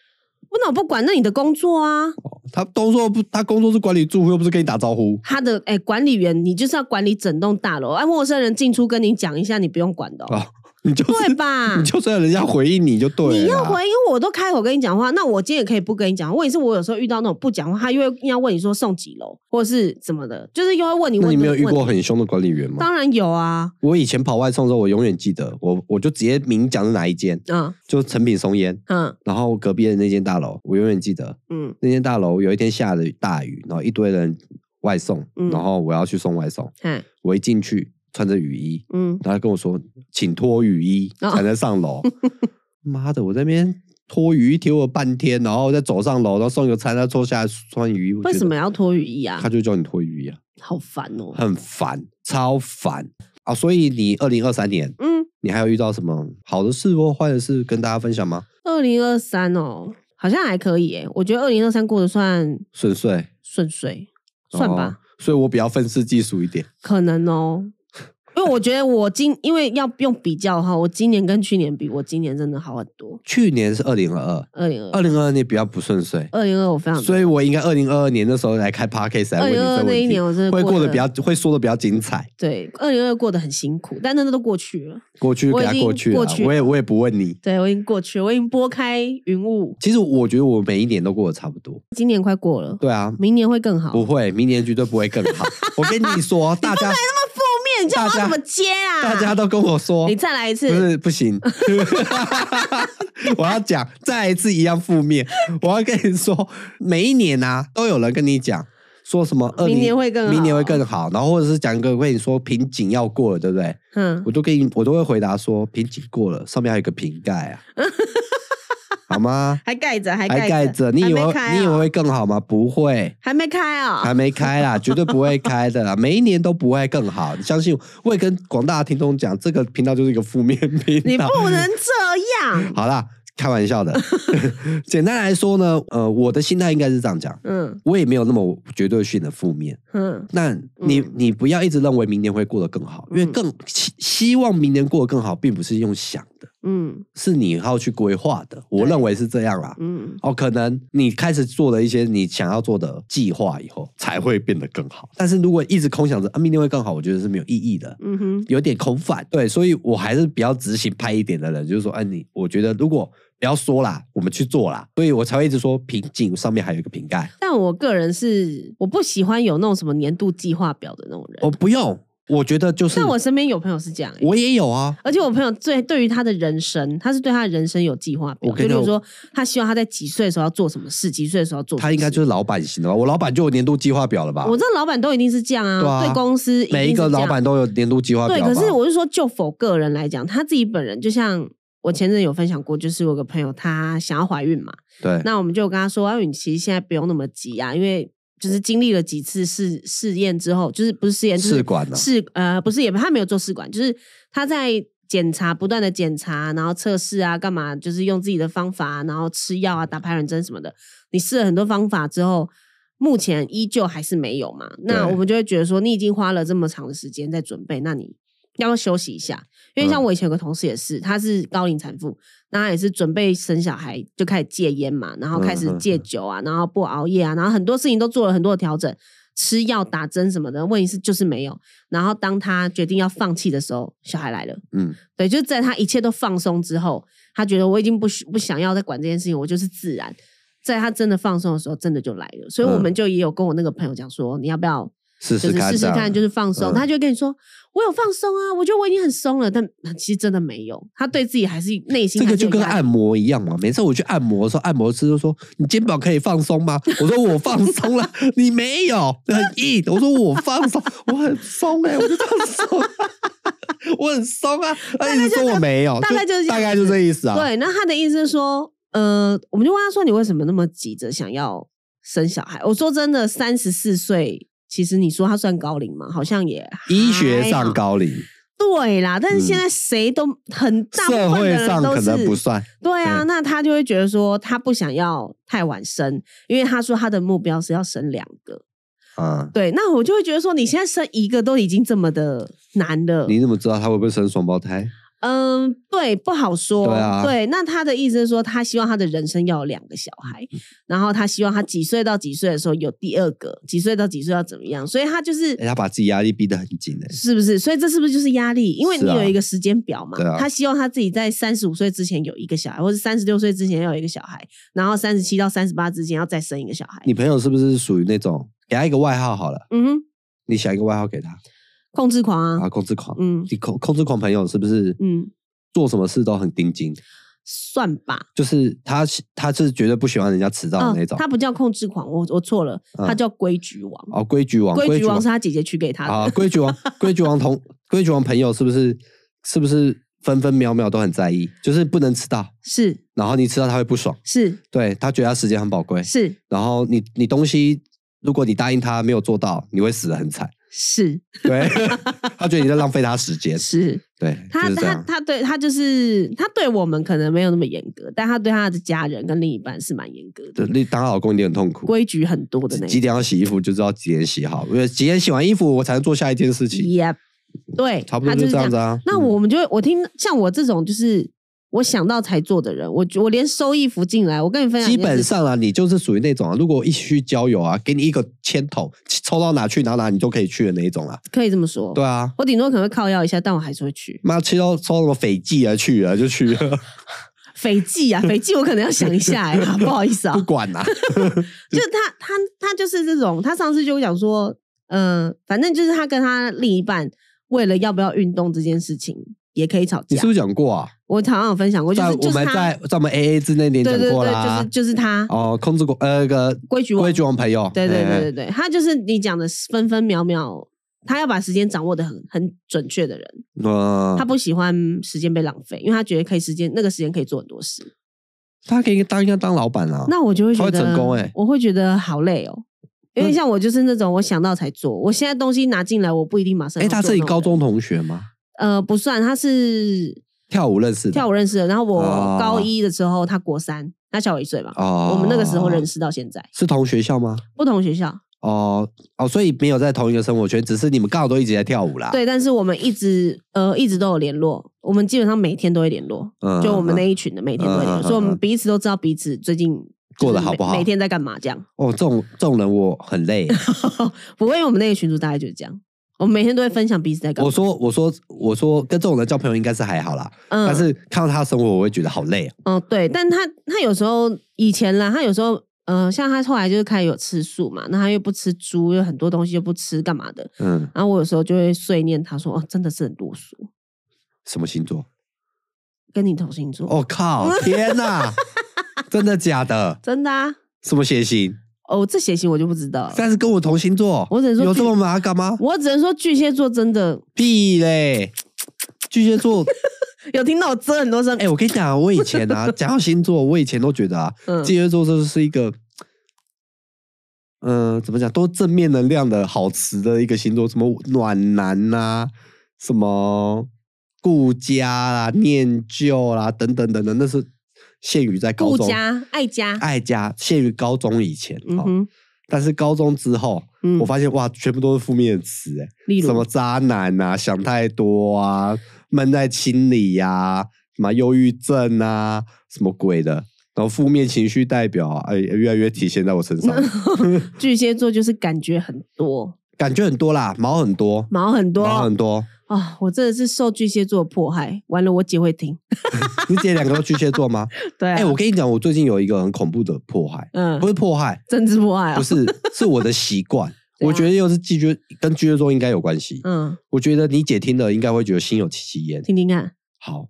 Speaker 2: 我那我不管，那你的工作啊，
Speaker 1: 哦他都说不，他工作是管理住户，又不是跟你打招呼。
Speaker 2: 他的哎、管理员，你就是要管理整栋大楼，哎、陌生人进出跟你讲一下，你不用管 的、哦，
Speaker 1: 哦你就是
Speaker 2: 对 吧？
Speaker 1: 你就是要人家回应你就对了啦。
Speaker 2: 你要回，因为我都开口跟你讲话，那我今天也可以不跟你讲话。问题是我有时候遇到那种不讲话，他又会硬要问你说送几楼或是什么的，就是又会问你
Speaker 1: 那
Speaker 2: 问
Speaker 1: 你没有遇过
Speaker 2: 问题
Speaker 1: 很凶的管理员吗？
Speaker 2: 当然有啊，
Speaker 1: 我以前跑外送的时候，我永远记得，我我就直接明讲是哪一间，
Speaker 2: 嗯
Speaker 1: 就成品松烟，
Speaker 2: 嗯
Speaker 1: 然后隔壁的那间大楼，我永远记得
Speaker 2: 嗯
Speaker 1: 那间大楼有一天下了大雨，然后一堆人外送，
Speaker 2: 嗯
Speaker 1: 然后我要去送外送，
Speaker 2: 嘿
Speaker 1: 我一进去穿着雨衣，
Speaker 2: 嗯，
Speaker 1: 然后他跟我说请脱雨衣
Speaker 2: 哦
Speaker 1: 才能上楼， 妈的，我这边脱雨衣贴我半天，然后再走上楼，然后送一个餐，再脱下来穿雨衣，我觉
Speaker 2: 为
Speaker 1: 得
Speaker 2: 什么要脱雨衣啊
Speaker 1: 他？就叫你脱雨衣啊？
Speaker 2: 好烦哦、
Speaker 1: 很烦，超烦啊！所以你二零二三年，
Speaker 2: 嗯，
Speaker 1: 你还有遇到什么好的事或坏的事跟大家分享吗？
Speaker 2: 二零二三哦，好像还可以诶、我觉得二零二三过得算
Speaker 1: 顺遂，
Speaker 2: 顺遂，算
Speaker 1: 哦。
Speaker 2: 吧。
Speaker 1: 所以我比较愤世嫉俗一点。
Speaker 2: 可能哦，因为我觉得我今因为要用比较的话，我今年跟去年比，我今年真的好很多。
Speaker 1: 去年是二零二二，
Speaker 2: 二零二
Speaker 1: 二零二二年比较不顺遂，
Speaker 2: 二零二，我非常
Speaker 1: 所以我应该二零二二年的时候来开 podcast 来问你这
Speaker 2: 2022
Speaker 1: 个问题。
Speaker 2: 那一年我真的
Speaker 1: 会
Speaker 2: 过
Speaker 1: 过得
Speaker 2: 得
Speaker 1: 比较会说的比较精彩。
Speaker 2: 对二零二过得很辛苦，但那都过去了。
Speaker 1: 过去
Speaker 2: 我
Speaker 1: 给
Speaker 2: 已
Speaker 1: 他
Speaker 2: 经
Speaker 1: 过去了，啊
Speaker 2: 过去
Speaker 1: 我也我也不问你。
Speaker 2: 对我已经过去了，我已经拨开云雾，
Speaker 1: 其实我觉得我每一年都过得差不多。
Speaker 2: 今年快过了，
Speaker 1: 对啊，
Speaker 2: 明年会更好。
Speaker 1: 不会，明年绝对不会更 好。我跟你说，大家
Speaker 2: 负面，你叫
Speaker 1: 大
Speaker 2: 我要
Speaker 1: 家
Speaker 2: 怎么接啊？
Speaker 1: 大家都跟我说，
Speaker 2: 你再来一次
Speaker 1: 不，是不行， 我要讲再一次一样负面。我要跟你说，每一年啊，都有人跟你讲说什么20，
Speaker 2: 明年会更好
Speaker 1: 明年会更好，然后或者是讲一个跟你说瓶颈要过了，对不对？
Speaker 2: 嗯
Speaker 1: 我，都跟你，我都会回答说瓶颈过了，上面还有一个瓶盖 啊，好吗？
Speaker 2: 还盖着，还
Speaker 1: 还盖着，你
Speaker 2: 还
Speaker 1: 以为
Speaker 2: 没开、啊
Speaker 1: 你以为会更好吗？不会。
Speaker 2: 还没开啊、
Speaker 1: 还没开啦，绝对不会开的啦，每一年都不会更好。你相信我，我也跟广大的听众讲，这个频道就是一个负面频
Speaker 2: 你
Speaker 1: 道。
Speaker 2: 不能 这样。
Speaker 1: 好啦，开玩笑的。 简单来说呢，呃，我的心态应该是这样讲，
Speaker 2: 嗯
Speaker 1: 我也没有那么绝对性的负面。
Speaker 2: 嗯
Speaker 1: 那你、
Speaker 2: 嗯
Speaker 1: 你不要一直认为明年会过得更好，因为
Speaker 2: 嗯
Speaker 1: 更希希望明年过得更好，并不是用想的，
Speaker 2: 嗯
Speaker 1: 是你要去规划的，我
Speaker 2: 对
Speaker 1: 认为是这样啦。
Speaker 2: 嗯
Speaker 1: 哦，可能你开始做了一些你想要做的计划以后，才会变得更好。但是如果一直空想着啊，明天会更好，我觉得是没有意义的，
Speaker 2: 嗯哼，
Speaker 1: 有点空泛。对，所以我还是比较执行派一点的人，就是说，哎、你我觉得如果不要说啦，我们去做啦，所以我才会一直说瓶颈上面还有一个瓶盖，
Speaker 2: 但我个人是我不喜欢有那种什么年度计划表的那种人。
Speaker 1: 我哦不用，我觉得就是
Speaker 2: 但我身边有朋友是这样、欸，
Speaker 1: 我也有啊，
Speaker 2: 而且我朋友最对于他的人生，他是对他的人生有计划表，
Speaker 1: 我
Speaker 2: 就
Speaker 1: 跟
Speaker 2: 比
Speaker 1: 你讲
Speaker 2: 如说他希望他在几岁的时候要做什么事，几岁的时候要做什么
Speaker 1: 他
Speaker 2: 事
Speaker 1: 应该就是老板型的吧？我老板就有年度计划表了吧？
Speaker 2: 我知道老板都一定是这样啊，
Speaker 1: 对啊
Speaker 2: 公司定
Speaker 1: 每一
Speaker 2: 是
Speaker 1: 个
Speaker 2: 这
Speaker 1: 老
Speaker 2: 样
Speaker 1: 板都有年度计划表
Speaker 2: 对，
Speaker 1: 吧。
Speaker 2: 可是我是说，就否个人来讲，他自己本人就像。我前阵有分享过，就是我有个朋友她想要怀孕嘛，
Speaker 1: 对
Speaker 2: 那我们就跟她说，啊，你其实现在不用那么急啊，因为就是经历了几次试试验之后，就是不是试验，就是
Speaker 1: 试管啊
Speaker 2: 试呃不是也她没有做试管，就是她在检查，不断的检查，然后测试啊，干嘛，就是用自己的方法，然后吃药啊，打排卵针什么的。你试了很多方法之后，目前依旧还是没有嘛？那
Speaker 1: 对
Speaker 2: 我们就会觉得说，你已经花了这么长的时间在准备，那你要不要休息一下？因为像
Speaker 1: 嗯
Speaker 2: 我以前有个同事也是，她是高龄产妇，那她也是准备生小孩就开始戒烟嘛，然后开始
Speaker 1: 嗯嗯
Speaker 2: 戒酒啊，然后不熬夜啊，然后很多事情都做了很多的调整，吃药、打针什么的。问题是就是没有。然后当她决定要放弃的时候，小孩来了。
Speaker 1: 嗯，
Speaker 2: 对，就是在他一切都放松之后，他觉得我已经不需不想要再管这件事情，我就是自然。在他真的放松的时候，真的就来了。所以我
Speaker 1: 嗯
Speaker 2: 们就也有跟我那个朋友讲说，你要不要
Speaker 1: 试
Speaker 2: 就是
Speaker 1: 看，
Speaker 2: 试试看，就是放
Speaker 1: 嗯
Speaker 2: 松。他就会跟你说，我有放松啊，我觉得我已经很松了，但啊其实真的没有。他对自己还是内心
Speaker 1: 这
Speaker 2: 还
Speaker 1: 个
Speaker 2: 是
Speaker 1: 就
Speaker 2: 有
Speaker 1: 跟
Speaker 2: 压力
Speaker 1: 按摩一样嘛。每次我去按摩的时候，按摩师就说：“你肩膀可以放松吗？” 我说：“我放松了。” 你没有，很硬。我说：“我放松， 我很松哎、我就放松、 我很松啊。”他一直说我没有，
Speaker 2: 大概就是这样子
Speaker 1: 大概就这意思啊。
Speaker 2: 对，那他的意思是说，呃，我们就问他说，你为什么那么急着想要生小孩？我说真的，三十四岁，其实你说他算高龄吗？好像也
Speaker 1: 医
Speaker 2: 还
Speaker 1: 学
Speaker 2: 好
Speaker 1: 上高龄，
Speaker 2: 哎对啦，但是
Speaker 1: 嗯
Speaker 2: 现在谁都很大部
Speaker 1: 社
Speaker 2: 分
Speaker 1: 会
Speaker 2: 的人
Speaker 1: 上
Speaker 2: 都
Speaker 1: 可能
Speaker 2: 是
Speaker 1: 不算。
Speaker 2: 对啊，
Speaker 1: 对
Speaker 2: 那他就会觉得说他不想要太晚生，因为他说他的目标是要生两个。
Speaker 1: 啊。
Speaker 2: 对，那我就会觉得说你现在生一个都已经这么的难了，
Speaker 1: 你怎么知道他会不会生双胞胎？
Speaker 2: 嗯，对，不好说。
Speaker 1: 对啊
Speaker 2: 那他的意思是说，他希望他的人生要有两个小孩，
Speaker 1: 嗯
Speaker 2: 然后他希望他几岁到几岁的时候有第二个，几岁到几岁要怎么样，所以他就是。
Speaker 1: 哎、他把自己压力逼得很紧哎、
Speaker 2: 是不是？所以这是不是就是压力？因为你
Speaker 1: 是啊
Speaker 2: 有一个时间表嘛。
Speaker 1: 对啊
Speaker 2: 他希望他自己在三十五岁之前有一个小孩，或者三十六岁之前要有一个小孩，然后三十七到三十八之间要再生一个小孩。
Speaker 1: 你朋友是不是属于那种给他一个外号好了？
Speaker 2: 嗯哼，
Speaker 1: 你想一个外号给他，
Speaker 2: 控制狂
Speaker 1: 然
Speaker 2: 啊
Speaker 1: 后，控制狂。
Speaker 2: 嗯
Speaker 1: 你控控制狂朋友是不是？
Speaker 2: 嗯，
Speaker 1: 做什么事都很盯紧，
Speaker 2: 算吧。
Speaker 1: 就是他是他是绝对不喜欢人家迟到
Speaker 2: 哦
Speaker 1: 的那种。
Speaker 2: 他不叫控制狂，我我错了，
Speaker 1: 嗯
Speaker 2: 他叫规矩王。
Speaker 1: 哦，规矩王，
Speaker 2: 规矩王
Speaker 1: 王
Speaker 2: 是他姐姐取给他的。
Speaker 1: 啊，规矩王，规矩王同规矩王朋友是不是是不是分分秒秒都很在意？就是不能迟到，
Speaker 2: 是
Speaker 1: 然后你迟到他会不爽，
Speaker 2: 是
Speaker 1: 对他觉得他时间很宝贵，
Speaker 2: 是
Speaker 1: 然后你你东西如果你答应他没有做到，你会死得很惨。
Speaker 2: 是
Speaker 1: 对，他觉得你在浪费他时间。
Speaker 2: 是，
Speaker 1: 对，
Speaker 2: 他
Speaker 1: 就是这
Speaker 2: 他
Speaker 1: 样。
Speaker 2: 他对他就是他对我们可能没有那么严格，但他对他的家人跟另一半是蛮严格
Speaker 1: 对
Speaker 2: 的，
Speaker 1: 你当老公一定很痛苦。
Speaker 2: 规矩很多的
Speaker 1: 几
Speaker 2: 那
Speaker 1: 几
Speaker 2: 种。
Speaker 1: 点要洗衣服就知道几点洗好，因为几点洗完衣服我才能做下一件事情，
Speaker 2: Yep，对，
Speaker 1: 差不多
Speaker 2: 他就是
Speaker 1: 这样子
Speaker 2: 样。
Speaker 1: 啊。
Speaker 2: 那我们就会我听像我这种就是我想到才做的人，我觉我连收衣服进来，我跟你分
Speaker 1: 嗯
Speaker 2: 享一
Speaker 1: 基
Speaker 2: 件事，
Speaker 1: 本上啊，你就是属于那种啊，如果一起去郊游啊，给你一个签筒，抽到哪去哪哪你都可以去的那一种啊。
Speaker 2: 可以这么说。
Speaker 1: 对啊，
Speaker 2: 我顶多可能会靠腰一下，但我还是会去。
Speaker 1: 妈抽到抽到什么斐济啊去啊就去了，
Speaker 2: 斐济啊，斐济我可能要想一下、哎，不好意思啊
Speaker 1: 不，管啦、
Speaker 2: 就他他他就是这种，他上次就讲说，呃，反正就是他跟他另一半为了要不要运动这件事情也可以吵
Speaker 1: 你
Speaker 2: 架
Speaker 1: 是。不是讲过啊？
Speaker 2: 我常常有分享过，就
Speaker 1: 在
Speaker 2: 是
Speaker 1: 我
Speaker 2: 就是
Speaker 1: 们
Speaker 2: 他
Speaker 1: 在，在我们 A A 之那年
Speaker 2: 对
Speaker 1: 讲
Speaker 2: 对
Speaker 1: 过
Speaker 2: 对，
Speaker 1: 啦
Speaker 2: 就是。就是他，
Speaker 1: 哦，控制过呃那个
Speaker 2: 规矩王
Speaker 1: 规矩王朋友，
Speaker 2: 对对
Speaker 1: 哎
Speaker 2: 对对对，他就是你讲的分分秒秒，他要把时间掌握的很很准确的人，
Speaker 1: 呃，
Speaker 2: 他不喜欢时间被浪费，因为他觉得可以时间那个时间可以做很多事。
Speaker 1: 他可以当应该当老板啊。
Speaker 2: 那我就会
Speaker 1: 他
Speaker 2: 觉
Speaker 1: 会
Speaker 2: 得
Speaker 1: 成功欸
Speaker 2: 我会觉得好累哦。因为
Speaker 1: 那
Speaker 2: 像我就是那种我想到才做，我现在东西拿进来我不一定马上
Speaker 1: 哎，
Speaker 2: 要
Speaker 1: 他
Speaker 2: 做
Speaker 1: 是你
Speaker 2: 那种
Speaker 1: 高
Speaker 2: 人
Speaker 1: 中同学吗？
Speaker 2: 呃，不算，他是
Speaker 1: 跳舞认识的，
Speaker 2: 跳舞认识的。然后我
Speaker 1: 哦
Speaker 2: 高一的时候，他国三，他小我一岁嘛。
Speaker 1: 哦，
Speaker 2: 我们那个时候认识到现在，
Speaker 1: 是同学校吗？
Speaker 2: 不同学校，
Speaker 1: 哦哦，所以没啊有在同一个生活圈，只是你们刚好都一直在跳舞啦。
Speaker 2: 对，但是我们一直呃一直都有联络。我们基本上每天都会联络，
Speaker 1: 嗯
Speaker 2: 就我们那一群的每天都会联
Speaker 1: 嗯嗯嗯
Speaker 2: 络，所以我
Speaker 1: 嗯
Speaker 2: 们彼此都知道彼此最近就是
Speaker 1: 过得好不好
Speaker 2: 每每天在干嘛这样。
Speaker 1: 哦，这种这种人我很累。
Speaker 2: 不会，因为我们那个群组大概就是这样，我们每天都会分享彼此在干嘛。
Speaker 1: 我说我说我说跟这种人交朋友应该是还好啦，
Speaker 2: 嗯，
Speaker 1: 但是看到他的生活我会觉得好累啊。
Speaker 2: 哦，对，但他他有时候以前啦，他有时候呃，像他后来就是开始有吃素嘛，那他又不吃猪，又很多东西又不吃，干嘛的？
Speaker 1: 嗯，
Speaker 2: 然后我有时候就会碎念他说：“哦，真的是很啰嗦，
Speaker 1: 什么星座？
Speaker 2: 跟你同星座，
Speaker 1: 我、 靠！天哪，真的假的？
Speaker 2: 真的啊。”
Speaker 1: 什么血型？
Speaker 2: 哦，这血型我就不知道了。
Speaker 1: 但是跟我同星座，
Speaker 2: 我只能说
Speaker 1: 有这
Speaker 2: 巨
Speaker 1: 么麻干吗？
Speaker 2: 我只能说巨蟹座真的
Speaker 1: 屁嘞！巨蟹座，
Speaker 2: 有听到我遮很多声，
Speaker 1: 哎、我跟你讲啊，我以前啊，讲到星座，我以前都觉得啊，
Speaker 2: 嗯
Speaker 1: 巨蟹座就是一个，嗯、怎么讲，都正面能量的好词的一个星座，什么暖男呐、什么顾家啦、念旧啦，等等等等，那是限于在高
Speaker 2: 顾
Speaker 1: 中
Speaker 2: 家爱家，
Speaker 1: 爱家，限于高中以前
Speaker 2: 嗯
Speaker 1: 哦
Speaker 2: 哼，
Speaker 1: 但是高中之后，
Speaker 2: 嗯
Speaker 1: 我发现哇，全部都是负面的词、哎。
Speaker 2: 例如
Speaker 1: 什么渣男啊，想太多啊，闷在心里呀、什么忧郁症啊，什么鬼的，然后负面情绪代表啊，哎，越来越体现在我身上，
Speaker 2: 巨蟹座就是感觉很多
Speaker 1: 感觉很多啦，毛很多，
Speaker 2: 毛很多
Speaker 1: 毛
Speaker 2: 啊、
Speaker 1: 很多。
Speaker 2: 我真的是受巨蟹座的迫害，完了我姐会听，
Speaker 1: 你姐两个都巨蟹座吗？
Speaker 2: 对、啊，
Speaker 1: 哎、我跟你讲，我最近有一个很恐怖的迫害，
Speaker 2: 嗯
Speaker 1: 不，是迫 害，
Speaker 2: 政治迫害啊、
Speaker 1: 不是，是我的习 惯。
Speaker 2: 怎
Speaker 1: 我
Speaker 2: 样
Speaker 1: 觉得又是巨蟹，跟巨蟹座应该有关系。
Speaker 2: 啊嗯，
Speaker 1: 我觉得你姐听了应该会觉得心有戚戚焉。
Speaker 2: 听听看，
Speaker 1: 好，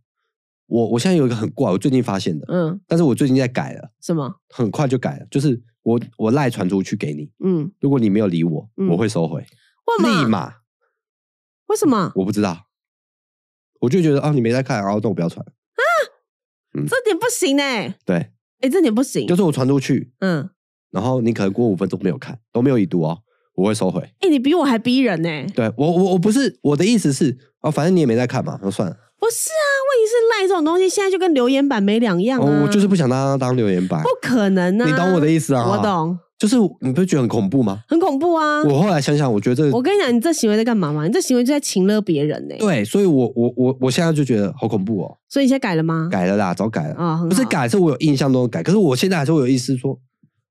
Speaker 1: 我我现在有一个很怪，我最近发现的，
Speaker 2: 嗯，
Speaker 1: 但是我最近在改了，
Speaker 2: 什么，
Speaker 1: 很快就改了。就是我我赖传出去给你，
Speaker 2: 嗯，
Speaker 1: 如果你没有理我，
Speaker 2: 嗯
Speaker 1: 我会收回，
Speaker 2: 为
Speaker 1: 立
Speaker 2: 什么？
Speaker 1: 马
Speaker 2: 为什么？
Speaker 1: 我不知道，我就觉得啊你没在看，然后那我不要传。
Speaker 2: 这点不行呢、
Speaker 1: 对，
Speaker 2: 哎、这点不行，
Speaker 1: 就是我传出去，
Speaker 2: 嗯，
Speaker 1: 然后你可能过五分钟没有看，都没有已读哦，我会收回。
Speaker 2: 哎、你比我还逼人呢、
Speaker 1: 对我我我不是我的意思是啊，反正你也没在看嘛，那算了，
Speaker 2: 不是啊，问题是赖这种东西现在就跟留言板没两样啊、
Speaker 1: 哦我就是不想当当留言板
Speaker 2: 不，可能啊，
Speaker 1: 你懂我的意思啊？
Speaker 2: 我，懂，
Speaker 1: 就是你不觉得很恐怖吗？
Speaker 2: 很恐怖啊。
Speaker 1: 我后来想想，我觉得这
Speaker 2: 我跟你讲，你这行为在干嘛吗？你这行为就在情勒别人呢、
Speaker 1: 对，所以我我我我现在就觉得好恐怖哦。
Speaker 2: 所以你现在改了吗？
Speaker 1: 改了啦，早改了。
Speaker 2: 啊、很好
Speaker 1: 不是，改，是我有印象中的改，可是我现在还是会有意思说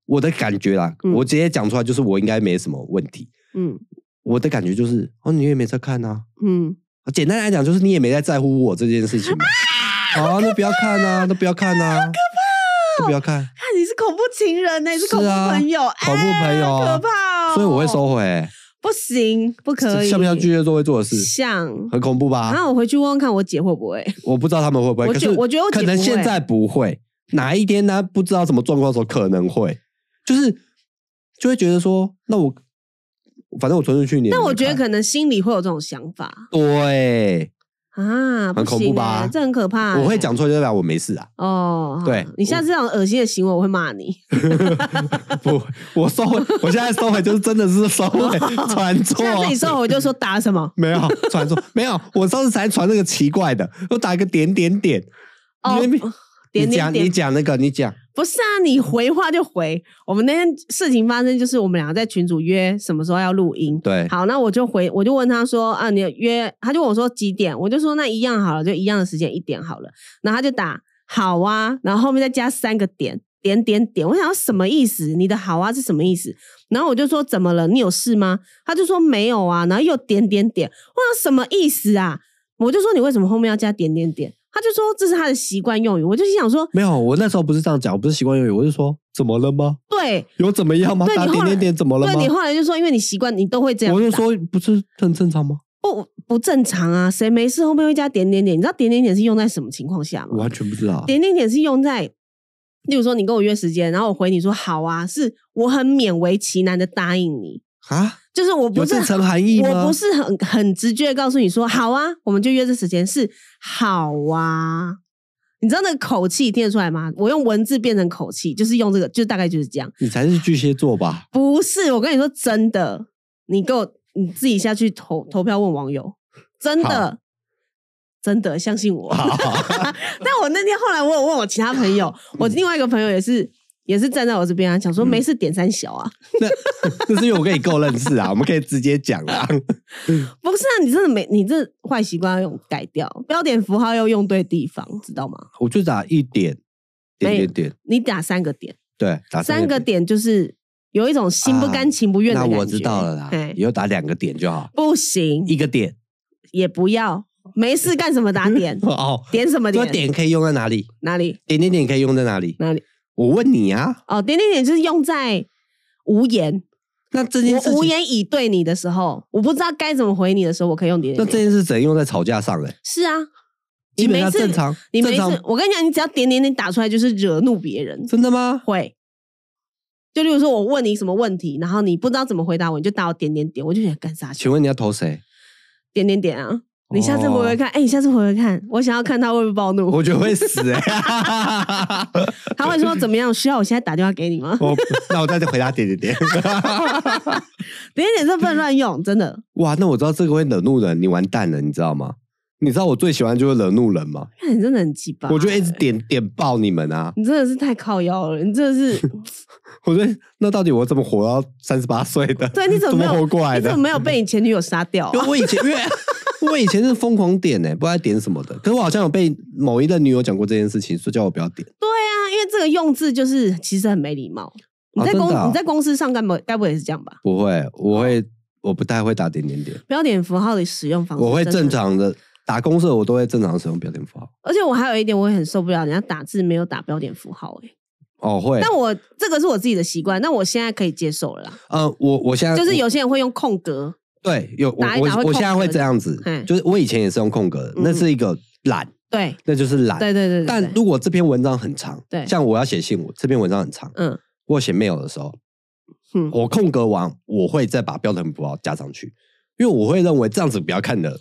Speaker 1: 我的感觉啦，
Speaker 2: 嗯
Speaker 1: 我直接讲出来就是我应该没什么问题。
Speaker 2: 嗯
Speaker 1: 我的感觉就是，哦，你也没在看啊。
Speaker 2: 嗯，
Speaker 1: 简单来讲，就是你也没在在乎我这件事 情嘛。好、啊，那不要看啊，那不要看啊，可怕、不要看，
Speaker 2: 看你是恐怖情人呢、你是
Speaker 1: 是
Speaker 2: 恐怖
Speaker 1: 啊
Speaker 2: 朋友，
Speaker 1: 恐怖朋友
Speaker 2: 哎
Speaker 1: 啊
Speaker 2: 可怕、哦。
Speaker 1: 所以我会，收回、欸。
Speaker 2: 不行，不可以，啊
Speaker 1: 像不像巨蟹座会做的事？
Speaker 2: 像。
Speaker 1: 很恐怖吧？
Speaker 2: 然后我回去问问看我姐会不会，
Speaker 1: 我不知道他们会不会，
Speaker 2: 我
Speaker 1: 可
Speaker 2: 觉
Speaker 1: 是
Speaker 2: 我觉得我姐
Speaker 1: 可能
Speaker 2: 不会
Speaker 1: 现在不会，哪一天他不知道什么状况的时候可能会，就是就会觉得说，那我反正我存出去你也没
Speaker 2: 但
Speaker 1: 看，
Speaker 2: 我觉得可能心里会有这种想法
Speaker 1: 对，
Speaker 2: 啊，不
Speaker 1: 很恐怖
Speaker 2: 行
Speaker 1: 吧
Speaker 2: 欸这很可怕欸。
Speaker 1: 我会讲错就代表我没事啊，
Speaker 2: 哦，
Speaker 1: 对
Speaker 2: 好你下次这种恶心的行为，我会骂你。
Speaker 1: 不，我收回，我现在收回就是真的是收 回传 错，，
Speaker 2: 下次你说我就说打什么
Speaker 1: 没有传错，没有，我上次才传那个奇怪的，我打一个点点点，
Speaker 2: 哦
Speaker 1: 你那边
Speaker 2: 点
Speaker 1: 你
Speaker 2: 点
Speaker 1: 讲你
Speaker 2: 点，
Speaker 1: 讲那个你讲，
Speaker 2: 不是啊，你回话就回。我们那天事情发生，就是我们两个在群组约什么时候要录音。
Speaker 1: 对
Speaker 2: 好，那我就回，我就问他说啊，你约，他就问我说几点，我就说那一样好了，就一样的时间一点好了。然后他就打好啊，然后后面再加三个点点点点，我想要什么意思？你的好啊是什么意思？然后我就说怎么了？你有事吗？他就说没有啊，然后又点点点，我想什么意思啊？我就说你为什么后面要加点点点？他就说这是他的习惯用语，我就心想说
Speaker 1: 没有，我那时候不是这样讲，我不是习惯用语，我是说怎么了吗？
Speaker 2: 对，
Speaker 1: 有怎么样吗？
Speaker 2: 对
Speaker 1: 打
Speaker 2: 你后
Speaker 1: 点
Speaker 2: 来
Speaker 1: 点点怎么了
Speaker 2: 对
Speaker 1: 吗
Speaker 2: 你？后来就说，因为你习惯，你都会这样
Speaker 1: 我
Speaker 2: 打。
Speaker 1: 就说不是很正常吗？
Speaker 2: 不哦不正常啊，谁没事后面会加点点点？你知道点点点是用在什么情况下
Speaker 1: 我
Speaker 2: 吗？
Speaker 1: 完全不知道。
Speaker 2: 点点点是用在，例如说你跟我约时间，然后我回你说好啊，是我很勉为其难的答应你，
Speaker 1: 啊，
Speaker 2: 就是我
Speaker 1: 有
Speaker 2: 不是
Speaker 1: 正常含义吗？
Speaker 2: 我不是很很直觉的告诉你说好啊，我们就约这时间是好啊。你知道那个口气听得出来吗？我用文字变成口气，就是用这个，就大概就是这样。
Speaker 1: 你才是巨蟹座 吧？
Speaker 2: 不是，我跟你说真的，你给我你自己下去投投票问网友，真
Speaker 1: 好
Speaker 2: 的，真的 相信我。
Speaker 1: 好嗯
Speaker 2: 但我那天后来我有问我其他朋友，我另外一个朋友也是也是站在我这边啊，想说没事点三小啊，
Speaker 1: 那那是因为我跟你够认识 啊，我们可以直接讲啊啦。
Speaker 2: 不是啊，你真的没，你这坏习惯要用改掉，标点符号要用对地方，知道吗？
Speaker 1: 我就打一点点
Speaker 2: 没有
Speaker 1: 点点，
Speaker 2: 你打三个点，
Speaker 1: 对，打
Speaker 2: 三个
Speaker 1: 个
Speaker 2: 点就是有一种心不甘
Speaker 1: 啊
Speaker 2: 情不愿的
Speaker 1: 那
Speaker 2: 感觉。
Speaker 1: 我知道了啦
Speaker 2: 哎，
Speaker 1: 以后打两个点就好，
Speaker 2: 不行，
Speaker 1: 一个点，
Speaker 2: 也不要，没事干什么打点
Speaker 1: 哦。
Speaker 2: 点什么
Speaker 1: 这
Speaker 2: 嗯点？
Speaker 1: 点可以用在哪里？
Speaker 2: 哪里
Speaker 1: 点点点可以用在哪里？
Speaker 2: 哪里？
Speaker 1: 我问你啊，
Speaker 2: 哦，点点点就是用在无言，
Speaker 1: 那这件事
Speaker 2: 我无
Speaker 1: 情，
Speaker 2: 言以对你的时候，我不知道该怎么回你的时候，我可以用点
Speaker 1: 那
Speaker 2: 点
Speaker 1: 这
Speaker 2: 点。
Speaker 1: 件事只能用在吵架上嘞。
Speaker 2: 是啊，你
Speaker 1: 基本
Speaker 2: 没
Speaker 1: 上
Speaker 2: 事，
Speaker 1: 正常，
Speaker 2: 你没
Speaker 1: 正
Speaker 2: 事
Speaker 1: 常，，
Speaker 2: 我跟你讲，你只要点点点打出来，就是惹怒别人。
Speaker 1: 真的吗？
Speaker 2: 会。就例如说，我问你什么问题，然后你不知道怎么回答我，你就打我点点点，我就想干啥去？
Speaker 1: 请问你要投谁？
Speaker 2: 点点点啊！你下次回回看，哎、你下次回回看，我想要看他会不会暴怒。
Speaker 1: 哦我觉得会死哎、
Speaker 2: 他会说怎么样？需要我现在打电话给你 吗？
Speaker 1: 我那我再回答点点 点。
Speaker 2: 点点点这不能乱用，真的。
Speaker 1: 哇，那我知道这个会惹怒人，你完蛋了，你知道吗？你知道我最喜欢就是惹怒人吗？
Speaker 2: 看你真的很鸡巴、
Speaker 1: 我就一直点点爆你们啊！
Speaker 2: 你真的是太靠腰了，你真的是，
Speaker 1: 我觉得那到底我怎么活到三十八岁的？
Speaker 2: 对，你怎么
Speaker 1: 怎
Speaker 2: 没
Speaker 1: 么
Speaker 2: 有
Speaker 1: 活过来
Speaker 2: 你
Speaker 1: 的
Speaker 2: 怎么？没有被你前女友杀 掉、
Speaker 1: 因
Speaker 2: 啊
Speaker 1: 为？我以前，因为我以前是疯狂点哎、不知道在点什么的。可是我好像有被某一任女友讲过这件事情，说叫我不要点。
Speaker 2: 啊，因为这个用字就是其实很没礼貌。你
Speaker 1: 哦
Speaker 2: 在
Speaker 1: 真的
Speaker 2: 公、
Speaker 1: 啊
Speaker 2: 你在公司上干嘛？该不会也是这样吧？
Speaker 1: 不会，我会，我不太会打点点点，
Speaker 2: 标点符号的使用方式，
Speaker 1: 我会
Speaker 2: 真的
Speaker 1: 正常的打公社，我都会正常使用标点符号。
Speaker 2: 而且我还有一点，我也很受不了人家打字没有打标点符号、欸，
Speaker 1: 哦，会。
Speaker 2: 但我这个是我自己的习惯，但我现在可以接受了啦。
Speaker 1: 呃，我我现在
Speaker 2: 就是
Speaker 1: 我
Speaker 2: 有些人会用空格，
Speaker 1: 对有我
Speaker 2: 打一打会
Speaker 1: 我我现
Speaker 2: 空
Speaker 1: 在会
Speaker 2: 格
Speaker 1: 这样子
Speaker 2: 嘿，
Speaker 1: 就是我以前也是用空格的，那
Speaker 2: 嗯
Speaker 1: 是一个懒，
Speaker 2: 对
Speaker 1: 那就是懒。
Speaker 2: 对对对对
Speaker 1: 但
Speaker 2: 对
Speaker 1: 如果这篇文章很长，
Speaker 2: 对
Speaker 1: 像我要写信，我这篇文章很长，
Speaker 2: 嗯
Speaker 1: 我写 mail 的时候，
Speaker 2: 嗯，
Speaker 1: 我空格完，我会再把标点符号加上去，因为我会认为这样子比较看得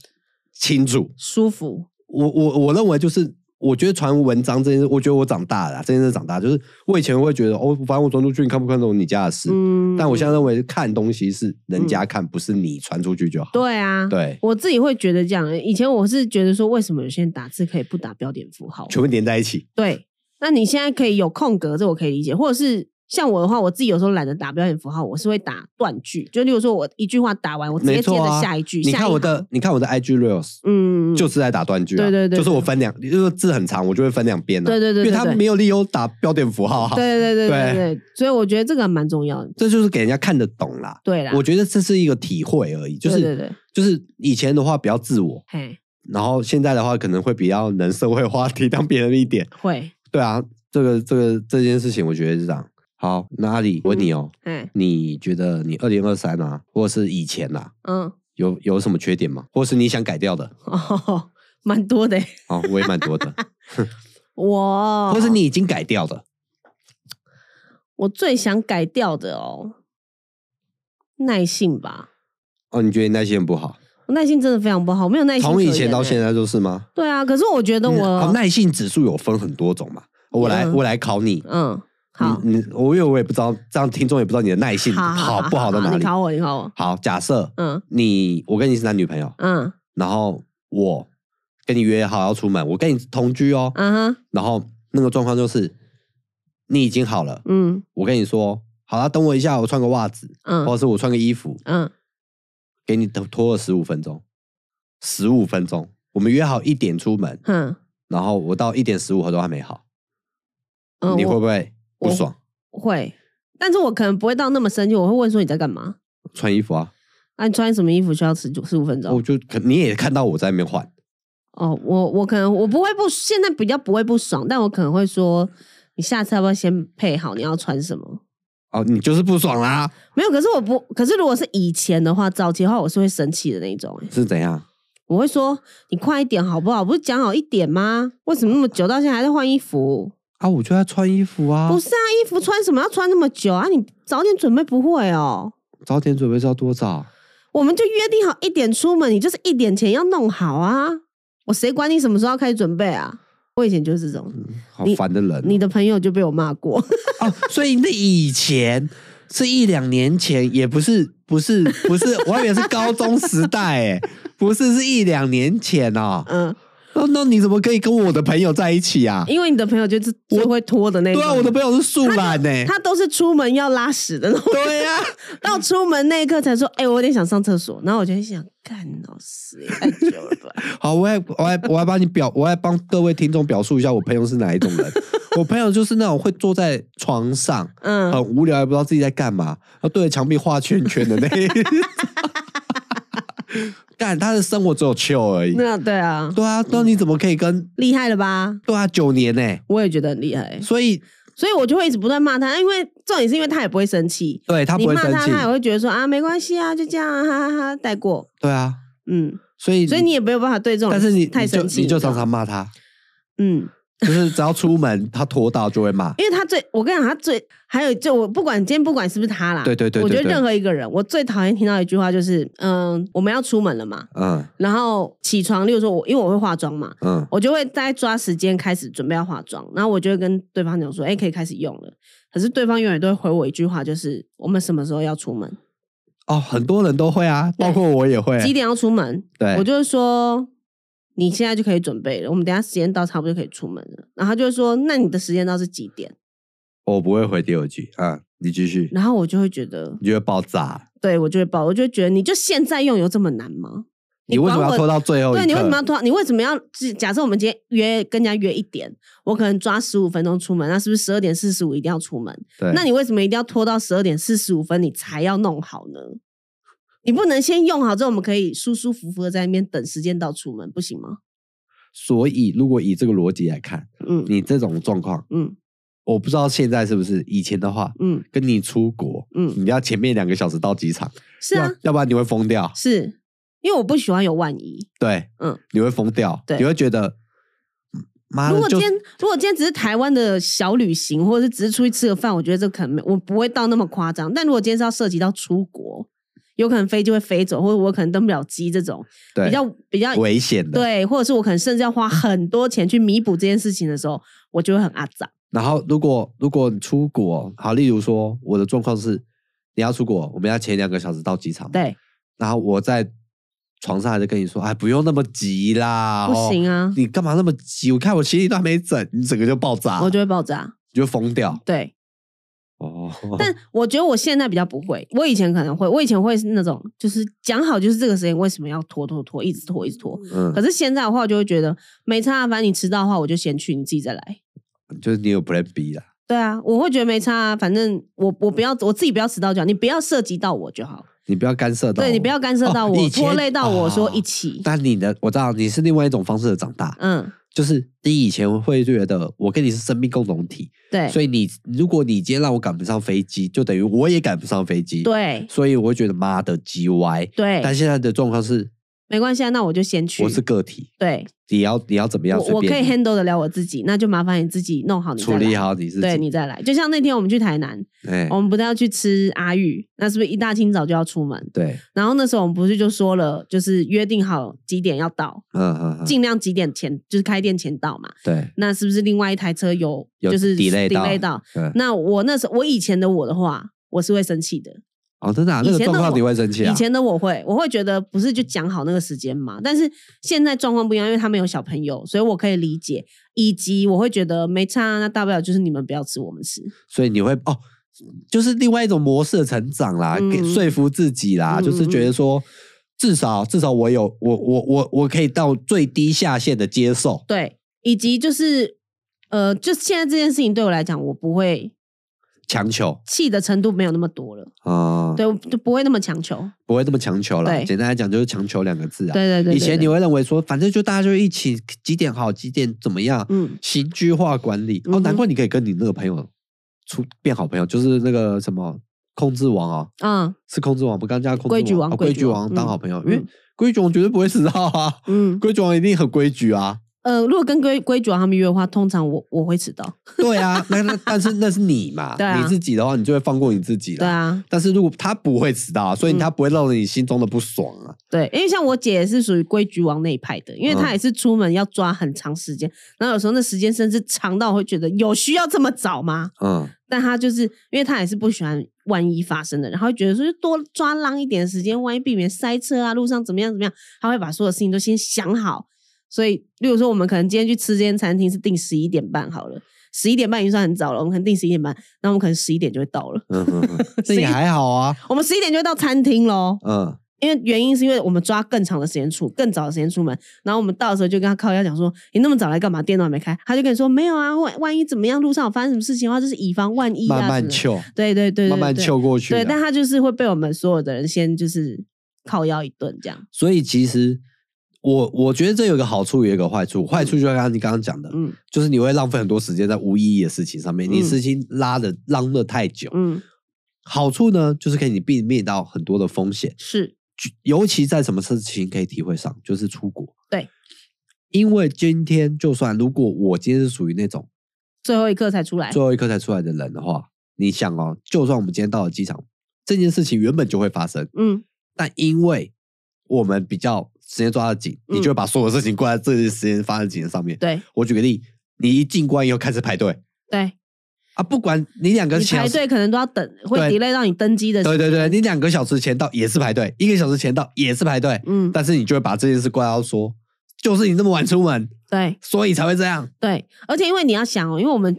Speaker 1: 清楚。
Speaker 2: 舒服，
Speaker 1: 我我我认为就是，我觉得传文章这件事，我觉得我长大了啦，这件事长大，就是我以前会觉得哦，反正我传出去，你看不看懂你家的事。
Speaker 2: 嗯。
Speaker 1: 但我现在认为看东西是人家看，不是你传出去就好。
Speaker 2: 对啊，
Speaker 1: 对，
Speaker 2: 我自己会觉得这样、欸以前我是觉得说，为什么有些人打字可以不打标点符号？
Speaker 1: 全部连在一起。
Speaker 2: 对，那你现在可以有空格，这我可以理解，或者是。像我的话，我自己有时候懒得打标点符号，我是会打断句，就例如说，我一句话打完，我直接
Speaker 1: 没
Speaker 2: 接
Speaker 1: 错
Speaker 2: 着
Speaker 1: 啊，
Speaker 2: 下一句。
Speaker 1: 你
Speaker 2: 下
Speaker 1: 看
Speaker 2: 一
Speaker 1: 我的
Speaker 2: 行，，
Speaker 1: 你看我的 IG reels，
Speaker 2: 嗯，
Speaker 1: 就是在打断句啊，
Speaker 2: 对对对
Speaker 1: 就是我分两，就是字很长，我就会分两边啊，
Speaker 2: 对对对对
Speaker 1: 因为他
Speaker 2: 对
Speaker 1: 没有理由打标点符号啊，
Speaker 2: 对对对对
Speaker 1: 对
Speaker 2: 对，所以我觉得这个蛮重要的。
Speaker 1: 这就是给人家看得懂啦。
Speaker 2: 对啦，
Speaker 1: 我觉得这是一个体会而已，就是
Speaker 2: 对对对
Speaker 1: 就是以前的话比较自我，
Speaker 2: 嘿
Speaker 1: 然后现在的话可能会比较能社会化，体谅别人一点。
Speaker 2: 会
Speaker 1: 对啊，这个这个这件事情，我觉得是这样。好，那阿里我问你哦，
Speaker 2: 嘿
Speaker 1: 你觉得你二零二三啊，或者是以前啊，
Speaker 2: 嗯
Speaker 1: 有有什么缺点吗？或是你想改掉的？
Speaker 2: 哦，蛮多的欸。
Speaker 1: 哦，我也蛮多的。
Speaker 2: 我
Speaker 1: 或是你已经改掉的，
Speaker 2: 我最想改掉的哦，耐性吧，
Speaker 1: 哦，你觉得你耐心很不好？
Speaker 2: 我耐性真的非常不好，没有耐心。
Speaker 1: 从以前到现
Speaker 2: 在，
Speaker 1: 在都是吗？
Speaker 2: 对啊，可是我觉得
Speaker 1: 嗯好
Speaker 2: 我
Speaker 1: 耐性指数有分很多种嘛。我来，
Speaker 2: 嗯
Speaker 1: 我来考你。
Speaker 2: 嗯好
Speaker 1: 你，你我因为我也不知道，这样听众也不知道你的耐性
Speaker 2: 好
Speaker 1: 好不好到哪
Speaker 2: 你
Speaker 1: 里。
Speaker 2: 考我，你考我，
Speaker 1: 好，假设
Speaker 2: 嗯
Speaker 1: 你我跟你是男女朋友，
Speaker 2: 嗯
Speaker 1: 然后我跟你约好要出门，我跟你同居哦，
Speaker 2: 嗯哼
Speaker 1: 然后那个状况就是你已经好了，
Speaker 2: 嗯
Speaker 1: 我跟你说哦好了，等我一下，我穿个袜子，或
Speaker 2: 嗯
Speaker 1: 者是我穿个衣服，
Speaker 2: 嗯，
Speaker 1: 给你拖拖了十五分钟，十五分钟，我们约好一点出门，
Speaker 2: 哼
Speaker 1: 然后我到一点十五后都还没好，
Speaker 2: 嗯，
Speaker 1: 你会
Speaker 2: 我
Speaker 1: 不会不爽？
Speaker 2: 会？但是我可能不会到那么生气，我会问说你在干嘛？
Speaker 1: 穿衣服啊，
Speaker 2: 啊，你穿什么衣服需要十九十五分钟
Speaker 1: 我？就可你也看到我在那边换，
Speaker 2: 哦，我我可能我不会不，现在比较不会不爽，但我可能会说，你下次要不要先配好你要穿什么？
Speaker 1: 哦，你就是不爽啦，
Speaker 2: 没有，可是我不，可是如果是以前的话，早期的话我是会生气的那一种、欸，
Speaker 1: 是怎样？
Speaker 2: 我会说你快一点好不好？不是讲好一点吗？为什么那么久到现在还在换衣服？
Speaker 1: 啊，我就要穿衣服啊，
Speaker 2: 不是啊，衣服穿什么要穿那么久啊？你早点准备不会哦？
Speaker 1: 早点准备是要多早？
Speaker 2: 我们就约定好一点出门，你就是一点前要弄好啊！我谁管你什么时候要开始准备啊？我以前就是这种，
Speaker 1: 好
Speaker 2: 你
Speaker 1: 烦的人哦、
Speaker 2: 你的朋友就被我骂过。
Speaker 1: 哦，所以那以前是一两年前，也不是不是 欸不是，我以为是高中时代哎，不是是一两年前哦。
Speaker 2: 嗯，
Speaker 1: 那那你怎么可以跟我的朋友在一起啊？
Speaker 2: 因为你的朋友就是最会拖的那种。
Speaker 1: 对啊，我的朋友是树懒呢。
Speaker 2: 他都是出门要拉屎的那种，
Speaker 1: 对啊呀、
Speaker 2: 到出门那一刻才说：“哎、我有点想上厕所。”然后我就会想，干老师也太久了吧？
Speaker 1: 好，我来我来我来帮你表，我来帮各位听众表述一下我朋友是哪一种 人。我朋友就是那种会坐在床上，
Speaker 2: 嗯，
Speaker 1: 很无聊，也不知道自己在干嘛，然后对着墙壁画圈圈的那一 种。干，他的生活只有 chill 而已。
Speaker 2: 那对啊，
Speaker 1: 对啊，那你怎么可以跟？
Speaker 2: 厉害了吧？
Speaker 1: 对啊，九年呢、
Speaker 2: 我也觉得很厉害，
Speaker 1: 所以
Speaker 2: 所以我就会一直不断骂他，因为重点是因为他也不会生气，
Speaker 1: 对他
Speaker 2: 你
Speaker 1: 不会
Speaker 2: 骂
Speaker 1: 生
Speaker 2: 他，
Speaker 1: 气
Speaker 2: 他，也会觉得说啊，没关系啊，就这样啊，哈哈哈，带过。
Speaker 1: 对啊，
Speaker 2: 嗯，
Speaker 1: 所以
Speaker 2: 所以你也没有办法对这种人
Speaker 1: 但是你
Speaker 2: 太
Speaker 1: 你就
Speaker 2: 生气，
Speaker 1: 你就
Speaker 2: 知道
Speaker 1: 常
Speaker 2: 吗
Speaker 1: 常骂他，
Speaker 2: 嗯，
Speaker 1: 就是只要出门 他拖到就会骂。
Speaker 2: 因为他最，我跟你讲，他最还有就我不管今天不管是不是他啦，
Speaker 1: 对对对对
Speaker 2: 我觉得
Speaker 1: 对
Speaker 2: 任何一个人，我最讨厌听到一句话就是，嗯，我们要出门了嘛，
Speaker 1: 嗯
Speaker 2: 然后起床，例如说我因为我会化妆嘛，
Speaker 1: 嗯，
Speaker 2: 我就会大概抓时间开始准备要化妆，然后我就会跟对方讲说，哎、可以开始用了。可是对方永远都会回我一句话，就是我们什么时候要出门，
Speaker 1: 哦，很多人都会啊，
Speaker 2: 对
Speaker 1: 包括我也会。
Speaker 2: 几点要出门，
Speaker 1: 对，
Speaker 2: 我就会说你现在就可以准备了，我们等一下时间到差不多就可以出门了。然后他就会说，那你的时间到是几点？
Speaker 1: 哦我不会回第二句啊，你继续，
Speaker 2: 然后我就会觉得，
Speaker 1: 你就会爆炸。
Speaker 2: 对我就会爆，我就会觉得你就现在用有这么难吗？
Speaker 1: 你为什么
Speaker 2: 管
Speaker 1: 要
Speaker 2: 我
Speaker 1: 拖到最后一刻？
Speaker 2: 对你为什么要拖？你为什么要？假设我们今天约跟人家约一点，我可能抓十五分钟出门，那是不是十二点四十五一定要出门？
Speaker 1: 对，
Speaker 2: 那你为什么一定要拖到十二点四十五分你才要弄好呢？你不能先用好之后，我们可以舒舒服服的在那边等时间到出门，不行吗？
Speaker 1: 所以如果以这个逻辑来看，
Speaker 2: 嗯
Speaker 1: 你这种状况，
Speaker 2: 嗯
Speaker 1: 我不知道现在是不是以前的话，
Speaker 2: 嗯，
Speaker 1: 跟你出国，
Speaker 2: 嗯
Speaker 1: 你要前面两个小时到机场，
Speaker 2: 是啊
Speaker 1: 要，要不然你会疯掉，
Speaker 2: 是因为我不喜欢有万一。
Speaker 1: 对，
Speaker 2: 嗯，
Speaker 1: 你会疯掉，
Speaker 2: 对
Speaker 1: 你会觉得，嗯妈
Speaker 2: 如
Speaker 1: 的，
Speaker 2: 果
Speaker 1: 就
Speaker 2: 今天如果今天只是台湾的小旅行，或者是只是出去吃个饭，我觉得这可能没我不会到那么夸张。但如果今天是要涉及到出国，有可能飞机会飞走，或者我可能登不了机这种
Speaker 1: 对
Speaker 2: 比较比较
Speaker 1: 危险的，
Speaker 2: 对，或者是我可能甚至要花很多钱去弥补这件事情的时候，我就会很阿杂。
Speaker 1: 然后如果如果你出国，好，例如说我的状况是，你要出国，我们要前两个小时到机场，，
Speaker 2: 对，
Speaker 1: 然后我在床上还在跟你说，哎，不用那么急啦，
Speaker 2: 不
Speaker 1: 哦
Speaker 2: 行啊，
Speaker 1: 你干嘛那么急？我看我行李都还没整，你整个就爆炸，
Speaker 2: 我就会爆炸。
Speaker 1: 你就疯掉。
Speaker 2: 对，
Speaker 1: 哦，
Speaker 2: 但我觉得我现在比较不会，我以前可能会，我以前会是那种就是讲好就是这个时间为什么要拖拖拖，一直拖一直拖。可
Speaker 1: 嗯，
Speaker 2: 是现在的话，我就会觉得没差啊，反正你迟到的话，我就先去，你自己再来。
Speaker 1: 就是你有 Plan B 啦。
Speaker 2: 对啊，我会觉得没差啊，反正我我不要我自己不要迟到就好，你不要涉及到我就好。
Speaker 1: 你不要干涉到我，
Speaker 2: 对你不要干涉到
Speaker 1: 哦
Speaker 2: 我，
Speaker 1: 以前
Speaker 2: 拖累到我说一
Speaker 1: 哦
Speaker 2: 起。
Speaker 1: 但你的我知道你是另外一种方式的长大，
Speaker 2: 嗯，
Speaker 1: 就是你以前会觉得我跟你是生命共同体，
Speaker 2: 对，
Speaker 1: 所以你如果你今天让我赶不上飞机，就等于我也赶不上飞机，，
Speaker 2: 对
Speaker 1: 所以我会觉得妈的鸡歪。但
Speaker 2: 对，
Speaker 1: 现在的状况是，
Speaker 2: 没关系啊，那我就先去。
Speaker 1: 我是个体，
Speaker 2: 对，
Speaker 1: 你要你要怎么样，
Speaker 2: 我
Speaker 1: 随
Speaker 2: 我可
Speaker 1: 便
Speaker 2: 以
Speaker 1: 你
Speaker 2: handle 得了我自己，那就麻烦你自己弄好你再
Speaker 1: 处理
Speaker 2: 来，
Speaker 1: 好你自己，
Speaker 2: 对你再哦来。就像那天我们去台南，
Speaker 1: 哎
Speaker 2: 我们不是要去吃阿玉，那是不是一大清早就要出门？
Speaker 1: 对，
Speaker 2: 然后那时候我们不是就说了，就是约定好几点要到，
Speaker 1: 嗯嗯嗯，
Speaker 2: 尽量几点前就是开店前到嘛。
Speaker 1: 对，
Speaker 2: 那是不是另外一台车有
Speaker 1: 有
Speaker 2: 就是
Speaker 1: delay 到
Speaker 2: delay 到？
Speaker 1: 嗯，
Speaker 2: 那我那时候我以前的我的话，我是会生气的。
Speaker 1: 哦，真的啊，
Speaker 2: 以
Speaker 1: 那个
Speaker 2: 前
Speaker 1: 状
Speaker 2: 的
Speaker 1: 况
Speaker 2: 我
Speaker 1: 你会生气啊？
Speaker 2: 以前的我会，我会觉得不是就讲好那个时间嘛。但是现在状况不一样，因为他们有小朋友，所以我可以理解，以及我会觉得没差啊，那大不了就是你们不要吃，我们吃。
Speaker 1: 所以你会哦，就是另外一种模式的成长啦，
Speaker 2: 嗯
Speaker 1: 给说服自己啦，
Speaker 2: 嗯
Speaker 1: 就是觉得说，至少至少我有我我我我可以到最低下限的接受，
Speaker 2: 对，以及就是呃，就现在这件事情对我来讲，我不会
Speaker 1: 强求
Speaker 2: 气的程度没有那么多了，
Speaker 1: 啊，
Speaker 2: 对，我就不会那么强求。
Speaker 1: 不会这么强求啦。
Speaker 2: 对
Speaker 1: 简单来讲就是强求两个字啊。
Speaker 2: 对对对对
Speaker 1: 以前
Speaker 2: 对
Speaker 1: 你会认为说，反正就大家就一起几点好几点怎么样，
Speaker 2: 嗯
Speaker 1: 行居化管理。
Speaker 2: 嗯
Speaker 1: 哦，
Speaker 2: 哼
Speaker 1: 难怪你可以跟你那个朋友出变好朋友，就是那个什么控制王啊、
Speaker 2: 啊
Speaker 1: 是控制王，不刚加控制
Speaker 2: 规矩王
Speaker 1: 哦
Speaker 2: 规
Speaker 1: 规
Speaker 2: 矩
Speaker 1: 矩
Speaker 2: 王
Speaker 1: 王当
Speaker 2: 嗯
Speaker 1: 好朋友，因
Speaker 2: 嗯
Speaker 1: 为规矩王绝对不会迟到啊，
Speaker 2: 嗯
Speaker 1: 规矩王一定很规矩 啊，
Speaker 2: 呃，如果跟规规矩王他们约的话，通常我我会迟到。
Speaker 1: 对啊，那那但是那是你嘛，
Speaker 2: 对啊
Speaker 1: 你自己的话，你就会放过你自己
Speaker 2: 对
Speaker 1: 了。
Speaker 2: 啊，
Speaker 1: 但是如果他不会迟到啊，所以
Speaker 2: 嗯
Speaker 1: 他不会让你心中的不爽啊。
Speaker 2: 对，因为像我姐也是属于规矩王那一派的，因为她
Speaker 1: 嗯
Speaker 2: 也是出门要抓很长时间，然后有时候那时间甚至长到我会觉得有需要这么早吗？
Speaker 1: 嗯，
Speaker 2: 但她就是因为她也是不喜欢万一发生的，然后觉得说就多抓浪一点时间，万一避免塞车啊，路上怎么样怎么样，她会把所有事情都先想好，所以，例如说，我们可能今天去吃这间餐厅是定十一点半好了，十一点半已经算很早了，我们可能定十一点半，那我们可能十一点就会到了，
Speaker 1: 嗯哼哼，这也还好啊，
Speaker 2: 我们十一点就会到餐厅喽。
Speaker 1: 嗯，
Speaker 2: 因为原因是因为我们抓更长的时间出，更早的时间出门，然后我们到的时候就跟他靠腰讲说：“你那么早来干嘛？电脑还没开。”他就跟你说：“没有啊，万万一怎么样，路上有发生什么事情的话，就是以防万一啊。”
Speaker 1: 慢慢。嗅，
Speaker 2: 对对对对对，
Speaker 1: 慢慢嗅过去啊。
Speaker 2: 对，但他就是会被我们所有的人先就是靠腰一顿这样。
Speaker 1: 所以其实我我觉得这有一个好处，也有一个坏处。坏处就像你刚刚讲的，
Speaker 2: 嗯
Speaker 1: 就是你会浪费很多时间在无意义的事情上面，你
Speaker 2: 嗯
Speaker 1: 事情拉的浪的太久。
Speaker 2: 嗯，
Speaker 1: 好处呢，就是可以你避免到很多的风险，
Speaker 2: 是
Speaker 1: 就尤其在什么事情可以体会上，就是出国。
Speaker 2: 对，
Speaker 1: 因为今天就算如果我今天是属于那种
Speaker 2: 最后一刻才出来
Speaker 1: 最。后一刻才出来的人的话，你想哦，就算我们今天到了机场，这件事情原本就会发生，
Speaker 2: 嗯，
Speaker 1: 但因为我们比较时间抓得紧，
Speaker 2: 嗯
Speaker 1: 你就会把所有事情挂在这些时间发生时间上面。
Speaker 2: 对
Speaker 1: 我举个例，你一进关以后开始排队
Speaker 2: 对，
Speaker 1: 啊，不管你两个
Speaker 2: 你
Speaker 1: 小
Speaker 2: 排
Speaker 1: 时
Speaker 2: 队可能都要等，会
Speaker 1: 对
Speaker 2: delay 到你登机的。
Speaker 1: 对对对，，你两个小时前到也是排队，一个小时前到也是排队，
Speaker 2: 嗯，
Speaker 1: 但是你就会把这件事怪到说，就是你那么晚出门，
Speaker 2: 对
Speaker 1: 所以才会这样。
Speaker 2: 对，而且因为你要想哦，因为我们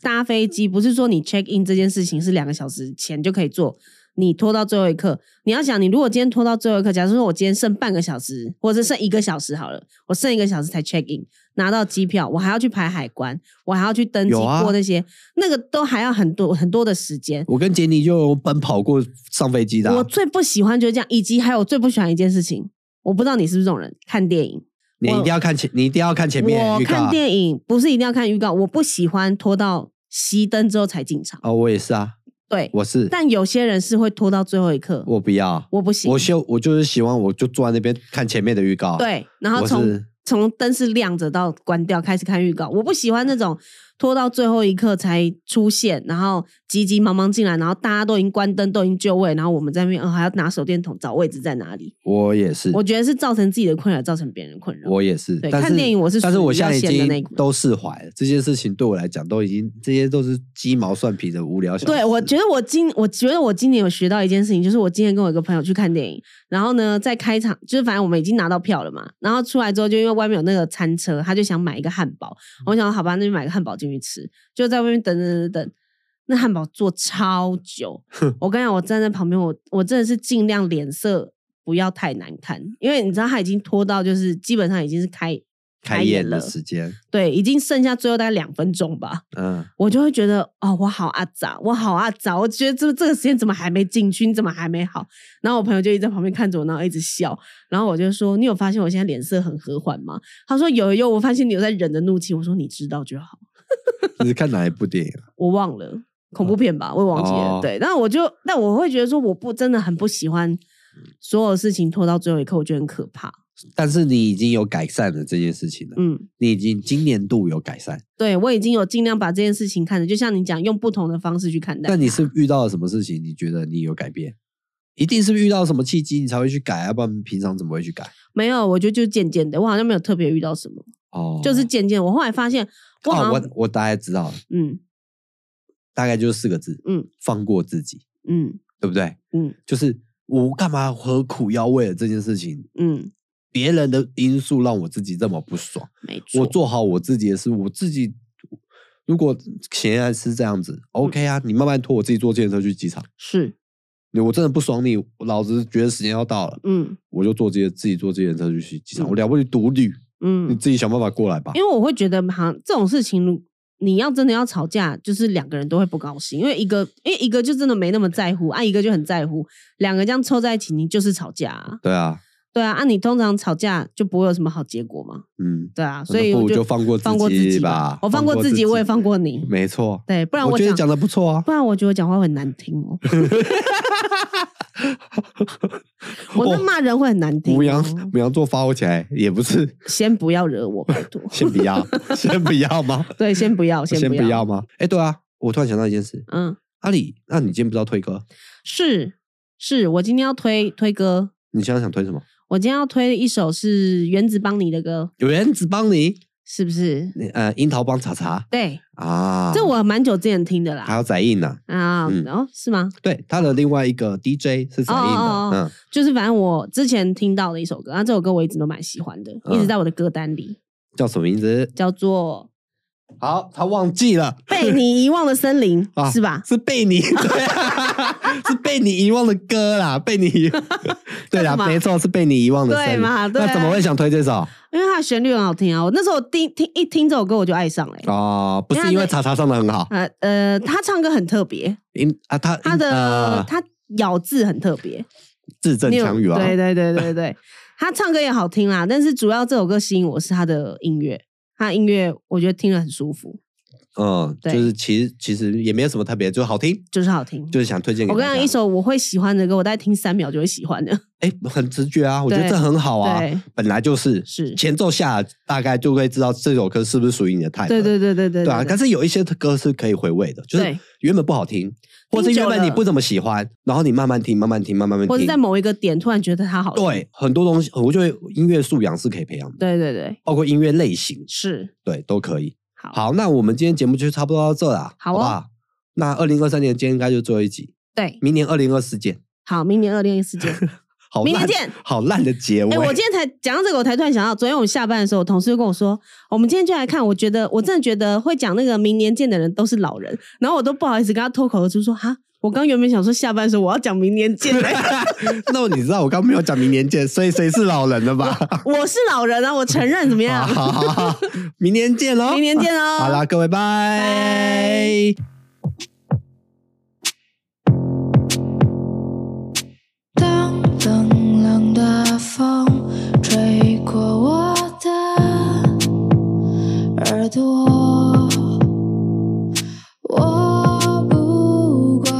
Speaker 2: 搭飞机不是说你 check in 这件事情是两个小时前就可以做。你拖到最后一刻，你要想，你如果今天拖到最后一刻，假如说我今天剩半个小时，或者剩一个小时好了，我剩一个小时才 check in，拿到机票，我还要去排海关，我还要去登机
Speaker 1: 有啊
Speaker 2: 过那些，那个都还要很多很多的时间。
Speaker 1: 我跟杰尼就有奔跑过上飞机的啊、
Speaker 2: 我最不喜欢就是这样，以及还有我最不喜欢一件事情，我不知道你是不是这种人，看电影。
Speaker 1: 你一定要看前，你一定要看前面的
Speaker 2: 我
Speaker 1: 预告啊
Speaker 2: 看电影不是一定要看预告，我不喜欢拖到熄灯之后才进场。
Speaker 1: 哦，我也是啊，
Speaker 2: 对，
Speaker 1: 我是，
Speaker 2: 但有些人是会拖到最后一刻，我
Speaker 1: 我不要，
Speaker 2: 不行。
Speaker 1: 我就我就是喜欢，我就坐在那边看前面的预告啊。
Speaker 2: 对，然后
Speaker 1: 我
Speaker 2: 从
Speaker 1: 是
Speaker 2: 从灯是亮着到关掉开始看预告，我不喜欢那种拖到最后一刻才出现，然后急急忙忙进来，然后大家都已经关灯，都已经就位，然后我们在那边、呃、还要拿手电筒找位置在哪里。
Speaker 1: 我也是，
Speaker 2: 我觉得是造成自己的困扰，造成别人的困扰。
Speaker 1: 我也是，
Speaker 2: 对
Speaker 1: 但是
Speaker 2: 看电影我是
Speaker 1: 但是
Speaker 2: 属于
Speaker 1: 我
Speaker 2: 比
Speaker 1: 现
Speaker 2: 较
Speaker 1: 在已
Speaker 2: 闲的那一
Speaker 1: 经
Speaker 2: 股
Speaker 1: 都释怀了，这些事情对我来讲都已经，这些都是鸡毛蒜皮的无聊小事。
Speaker 2: 对，我觉得我今我觉得我今年有学到一件事情，就是我今天跟我一个朋友去看电影，然后呢，在开场就是反正我们已经拿到票了嘛，然后出来之后就因为外面有那个餐车，他就想买一个汉堡，
Speaker 1: 嗯
Speaker 2: 我想好吧，那就买个汉堡进去吃，就在外面等等等等。那汉堡做超 久，我跟你讲，我站在旁边，我我真的是尽量脸色不要太难看，因为你知道他已经拖到就是基本上已经是开
Speaker 1: 开
Speaker 2: 演
Speaker 1: 演
Speaker 2: 了
Speaker 1: 的，时间，
Speaker 2: 对，已经剩下最后大概两分钟吧，
Speaker 1: 嗯，
Speaker 2: 我就会觉得哦，我好阿杂，我好阿杂，我觉得这这个时间怎么还没进去，你怎么还没好？然后我朋友就一直在旁边看着我，然后一直笑。然后我就说：“你有发现我现在脸色很和缓吗？”他说：“有有有，我发现你有在忍着怒气。”我说：“你知道就好。
Speaker 1: 你是看哪一部电影啊？”
Speaker 2: 我忘了恐怖片吧，我也忘记了。
Speaker 1: 哦
Speaker 2: 对，但我就但我会觉得说，我不真的很不喜欢所有事情拖到最后一刻，我觉得很可怕。
Speaker 1: 但是你已经有改善了这件事情了，
Speaker 2: 嗯，
Speaker 1: 你已经今年度有改善。
Speaker 2: 对我已经有尽量把这件事情看的，就像你讲，用不同的方式去看待它。
Speaker 1: 那你是遇到了什么事情？你觉得你有改变？一定是遇到什么契机你才会去改，啊要不然平常怎么会去改？
Speaker 2: 没有？我觉得就渐渐的，我好像没有特别遇到什么。
Speaker 1: 哦，
Speaker 2: 就是渐渐，我后来发现，我
Speaker 1: 哦，
Speaker 2: 好像、
Speaker 1: 我我大概知道了，
Speaker 2: 嗯
Speaker 1: 大概就是四个字，
Speaker 2: 嗯，
Speaker 1: 放过自己，
Speaker 2: 嗯
Speaker 1: 对不对？
Speaker 2: 嗯
Speaker 1: 就是我干嘛何苦要为了这件事情，
Speaker 2: 嗯，
Speaker 1: 别人的因素让我自己这么不爽？
Speaker 2: 没错，
Speaker 1: 我做好我自己的事，我自己如果现在是这样
Speaker 2: 嗯
Speaker 1: 子，OK 啊，你慢慢拖，我自己坐电车去机场。
Speaker 2: 是
Speaker 1: 你我真的不爽你，老子觉得时间要到了，
Speaker 2: 嗯
Speaker 1: 我就坐这些自己坐这些车去机场，
Speaker 2: 嗯
Speaker 1: 我了不起独立，你
Speaker 2: 嗯，
Speaker 1: 自己想办法过来吧。
Speaker 2: 因为我会觉得好像这种事情，你要真的要吵架，就是两个人都会不高兴，因为一个因为一个就真的没那么在乎，啊一个就很在乎，两个这样凑在一起，你就是吵架、啊，
Speaker 1: 对啊，
Speaker 2: 对啊，啊你通常吵架就不会有什么好结果嘛，
Speaker 1: 嗯，
Speaker 2: 对啊，
Speaker 1: 那
Speaker 2: 所以
Speaker 1: 不
Speaker 2: 我
Speaker 1: 如就
Speaker 2: 就
Speaker 1: 放过
Speaker 2: 放过
Speaker 1: 自己
Speaker 2: 己
Speaker 1: 吧
Speaker 2: 我
Speaker 1: 放
Speaker 2: 放过
Speaker 1: 过
Speaker 2: 自
Speaker 1: 自
Speaker 2: 己，我也
Speaker 1: 己
Speaker 2: 放过你，
Speaker 1: 没错。
Speaker 2: 对，不然
Speaker 1: 我觉得
Speaker 2: 讲
Speaker 1: 讲的不错啊
Speaker 2: 不。然我觉得我讲话会很难听哦，我那骂人会很难听、哦。
Speaker 1: 母羊母羊座发火起来也不是，
Speaker 2: 先不要惹我，拜托。
Speaker 1: 先不要，先不要吗？
Speaker 2: 对，先 不要，
Speaker 1: 先
Speaker 2: 不要。
Speaker 1: 要吗？哎，对啊，我突然想到一件事，
Speaker 2: 嗯，
Speaker 1: 阿里，那你今天不知道推歌，
Speaker 2: 是是，我今天要推推歌，
Speaker 1: 你现在想推什么？
Speaker 2: 我今天要推一首是原子邦尼的歌，
Speaker 1: 有人只帮你，
Speaker 2: 是不是？
Speaker 1: 那呃，樱桃帮查查
Speaker 2: 对，
Speaker 1: 啊，
Speaker 2: 这我蛮久之前听的
Speaker 1: 还
Speaker 2: 啦。
Speaker 1: 有翟印呢，
Speaker 2: 啊，
Speaker 1: 嗯
Speaker 2: 哦，是吗？
Speaker 1: 对，他的另外一个 DJ 是翟印
Speaker 2: 哦哦哦
Speaker 1: 的，嗯，
Speaker 2: 就是反正我之前听到的一首歌，啊那这首歌我一直都蛮喜欢的，
Speaker 1: 嗯
Speaker 2: 一直在我的歌单里，
Speaker 1: 叫什么名字？
Speaker 2: 叫做
Speaker 1: 好，他忘记了。
Speaker 2: 《被你遗忘的森林》
Speaker 1: 啊
Speaker 2: 是吧？
Speaker 1: 是被你 对啊，是被你遗忘的歌啦，被你 对啦，
Speaker 2: 叫什么
Speaker 1: 没错，是被你遗忘的
Speaker 2: 对
Speaker 1: 声音。
Speaker 2: 嘛对啊
Speaker 1: 那怎么会想推这首？
Speaker 2: 因为它的旋律很好听啊，我那时候听听一听这首歌我就爱上了、欸。
Speaker 1: 哦，不是因为查查唱的很好，
Speaker 2: 呃呃，他唱歌很特别，
Speaker 1: 因啊他
Speaker 2: 他的、
Speaker 1: 呃
Speaker 2: 他咬字很特别，
Speaker 1: 字正
Speaker 2: 你有
Speaker 1: 腔圆啊，
Speaker 2: 对对对 对对，他唱歌也好听啦，但是主要这首歌吸引我是他的音乐，他音乐我觉得听了很舒服，
Speaker 1: 嗯，就
Speaker 2: 对
Speaker 1: 是其实其实也没有什么特别，就好听，
Speaker 2: 就是好听。
Speaker 1: 就是想推荐给
Speaker 2: 我
Speaker 1: 大
Speaker 2: 跟
Speaker 1: 家。
Speaker 2: 你讲，一首我会喜欢的歌，我大概听三秒就会喜欢的。
Speaker 1: 哎，很直觉啊，我觉得
Speaker 2: 对
Speaker 1: 这很好啊，
Speaker 2: 对
Speaker 1: 本来就是
Speaker 2: 是
Speaker 1: 前奏下了大概就会知道这首歌是不是属于你的 type。
Speaker 2: 对对对对对
Speaker 1: 对啊，但
Speaker 2: 对
Speaker 1: 是有一些歌是可以回味的，就是
Speaker 2: 对
Speaker 1: 原本不好听，或是
Speaker 2: 听久
Speaker 1: 原本你
Speaker 2: 了
Speaker 1: 不怎么喜欢，然后你慢慢听，慢慢听，慢慢听，
Speaker 2: 或者在某一个点突然觉得他好听。
Speaker 1: 对很多东西，我觉得音乐素养是可以培养的，
Speaker 2: 对对对，
Speaker 1: 包括音乐类型，
Speaker 2: 是
Speaker 1: 对都可以。
Speaker 2: 好。
Speaker 1: 好，那我们今天节目就差不多到这啦，
Speaker 2: 好哦
Speaker 1: 不好？那二零二三年今天应该就最后一集，
Speaker 2: 对，
Speaker 1: 明年二零二四见。
Speaker 2: 好，明年二零一四见。
Speaker 1: 好
Speaker 2: 明年
Speaker 1: 烂，
Speaker 2: 见
Speaker 1: 好烂的结尾。
Speaker 2: 哎、我今天才讲到这个，我才突然想到，昨天我们下班的时候，我同事就跟我说，我们今天就来看，我觉得我真的觉得会讲那个明年见的人都是老人，然后我都不好意思跟他脱口而出说，哈，我刚原本想说下班的时候我要讲明年见、
Speaker 1: 那么你知道我刚没有讲明年见，所以谁是老人了吧？
Speaker 2: 我是老人啊，我承认怎 么样？
Speaker 1: 好好好，好明年见喽，
Speaker 2: 明年见哦，
Speaker 1: 好啦，各位，拜
Speaker 2: 拜
Speaker 3: 当冷冷的风吹过我的耳朵，我不管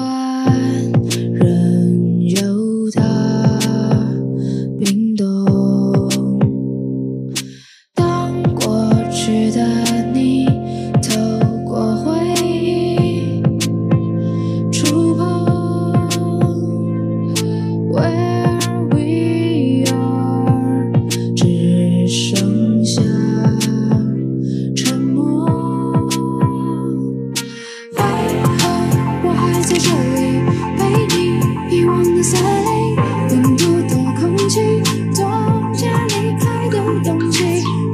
Speaker 3: 任由它冰冻。当过去的你透过回忆触碰。Where we are，只剩下沉默。为何我还在这里？被你遗忘的森林，温度的空气，冻结离开的勇气。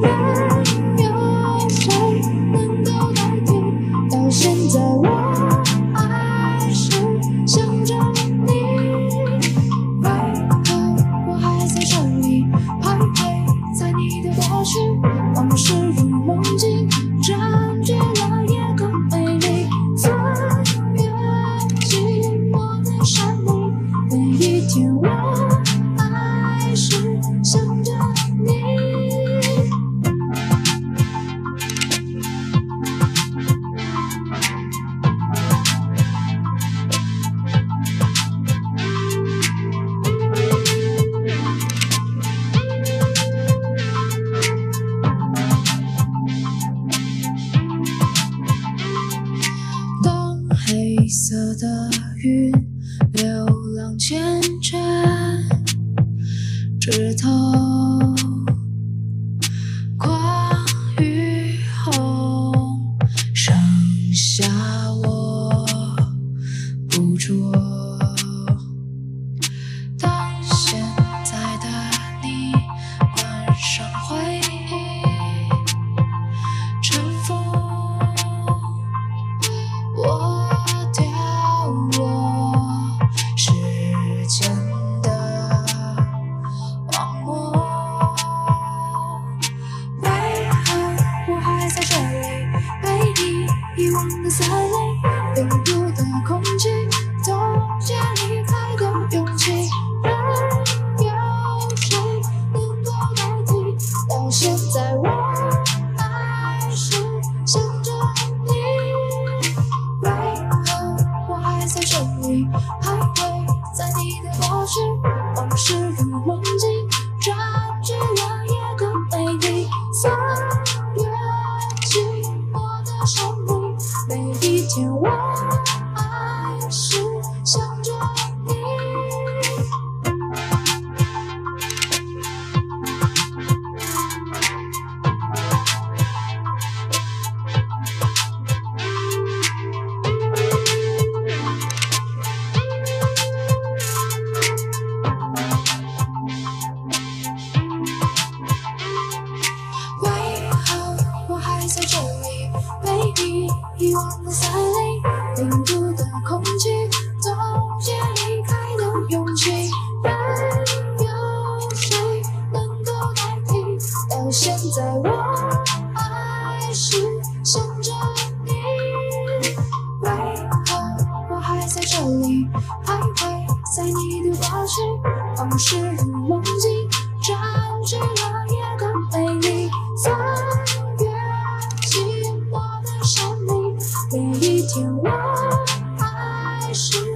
Speaker 3: 任由谁能够代替？到现在，我还是想着你。为何我还在这里徘徊在你的过去？往事如梦境，占据了夜空美丽。翻越寂寞的山岭，每一天我还是想着你。当黑色的云流浪牵着枝头，狂与红剩下我捕捉。当现在的你关上回忆，尘封。我掉落时间的荒漠，为何我还在这里？被你遗忘的森林，冰毒的空气，冻结离开的勇气。任由谁能够代替？到现在，我还是想着你。为何我还在这里徘徊在你的过去？往事如梦境，占据了夜空美丽。翻越寂寞的山岭，每一天我还是想着你。现在我还是想着你，为何我还在这里徘徊在你的过去？往事和梦境占据了夜的美丽，翻越寂寞的山林，每一天我还是。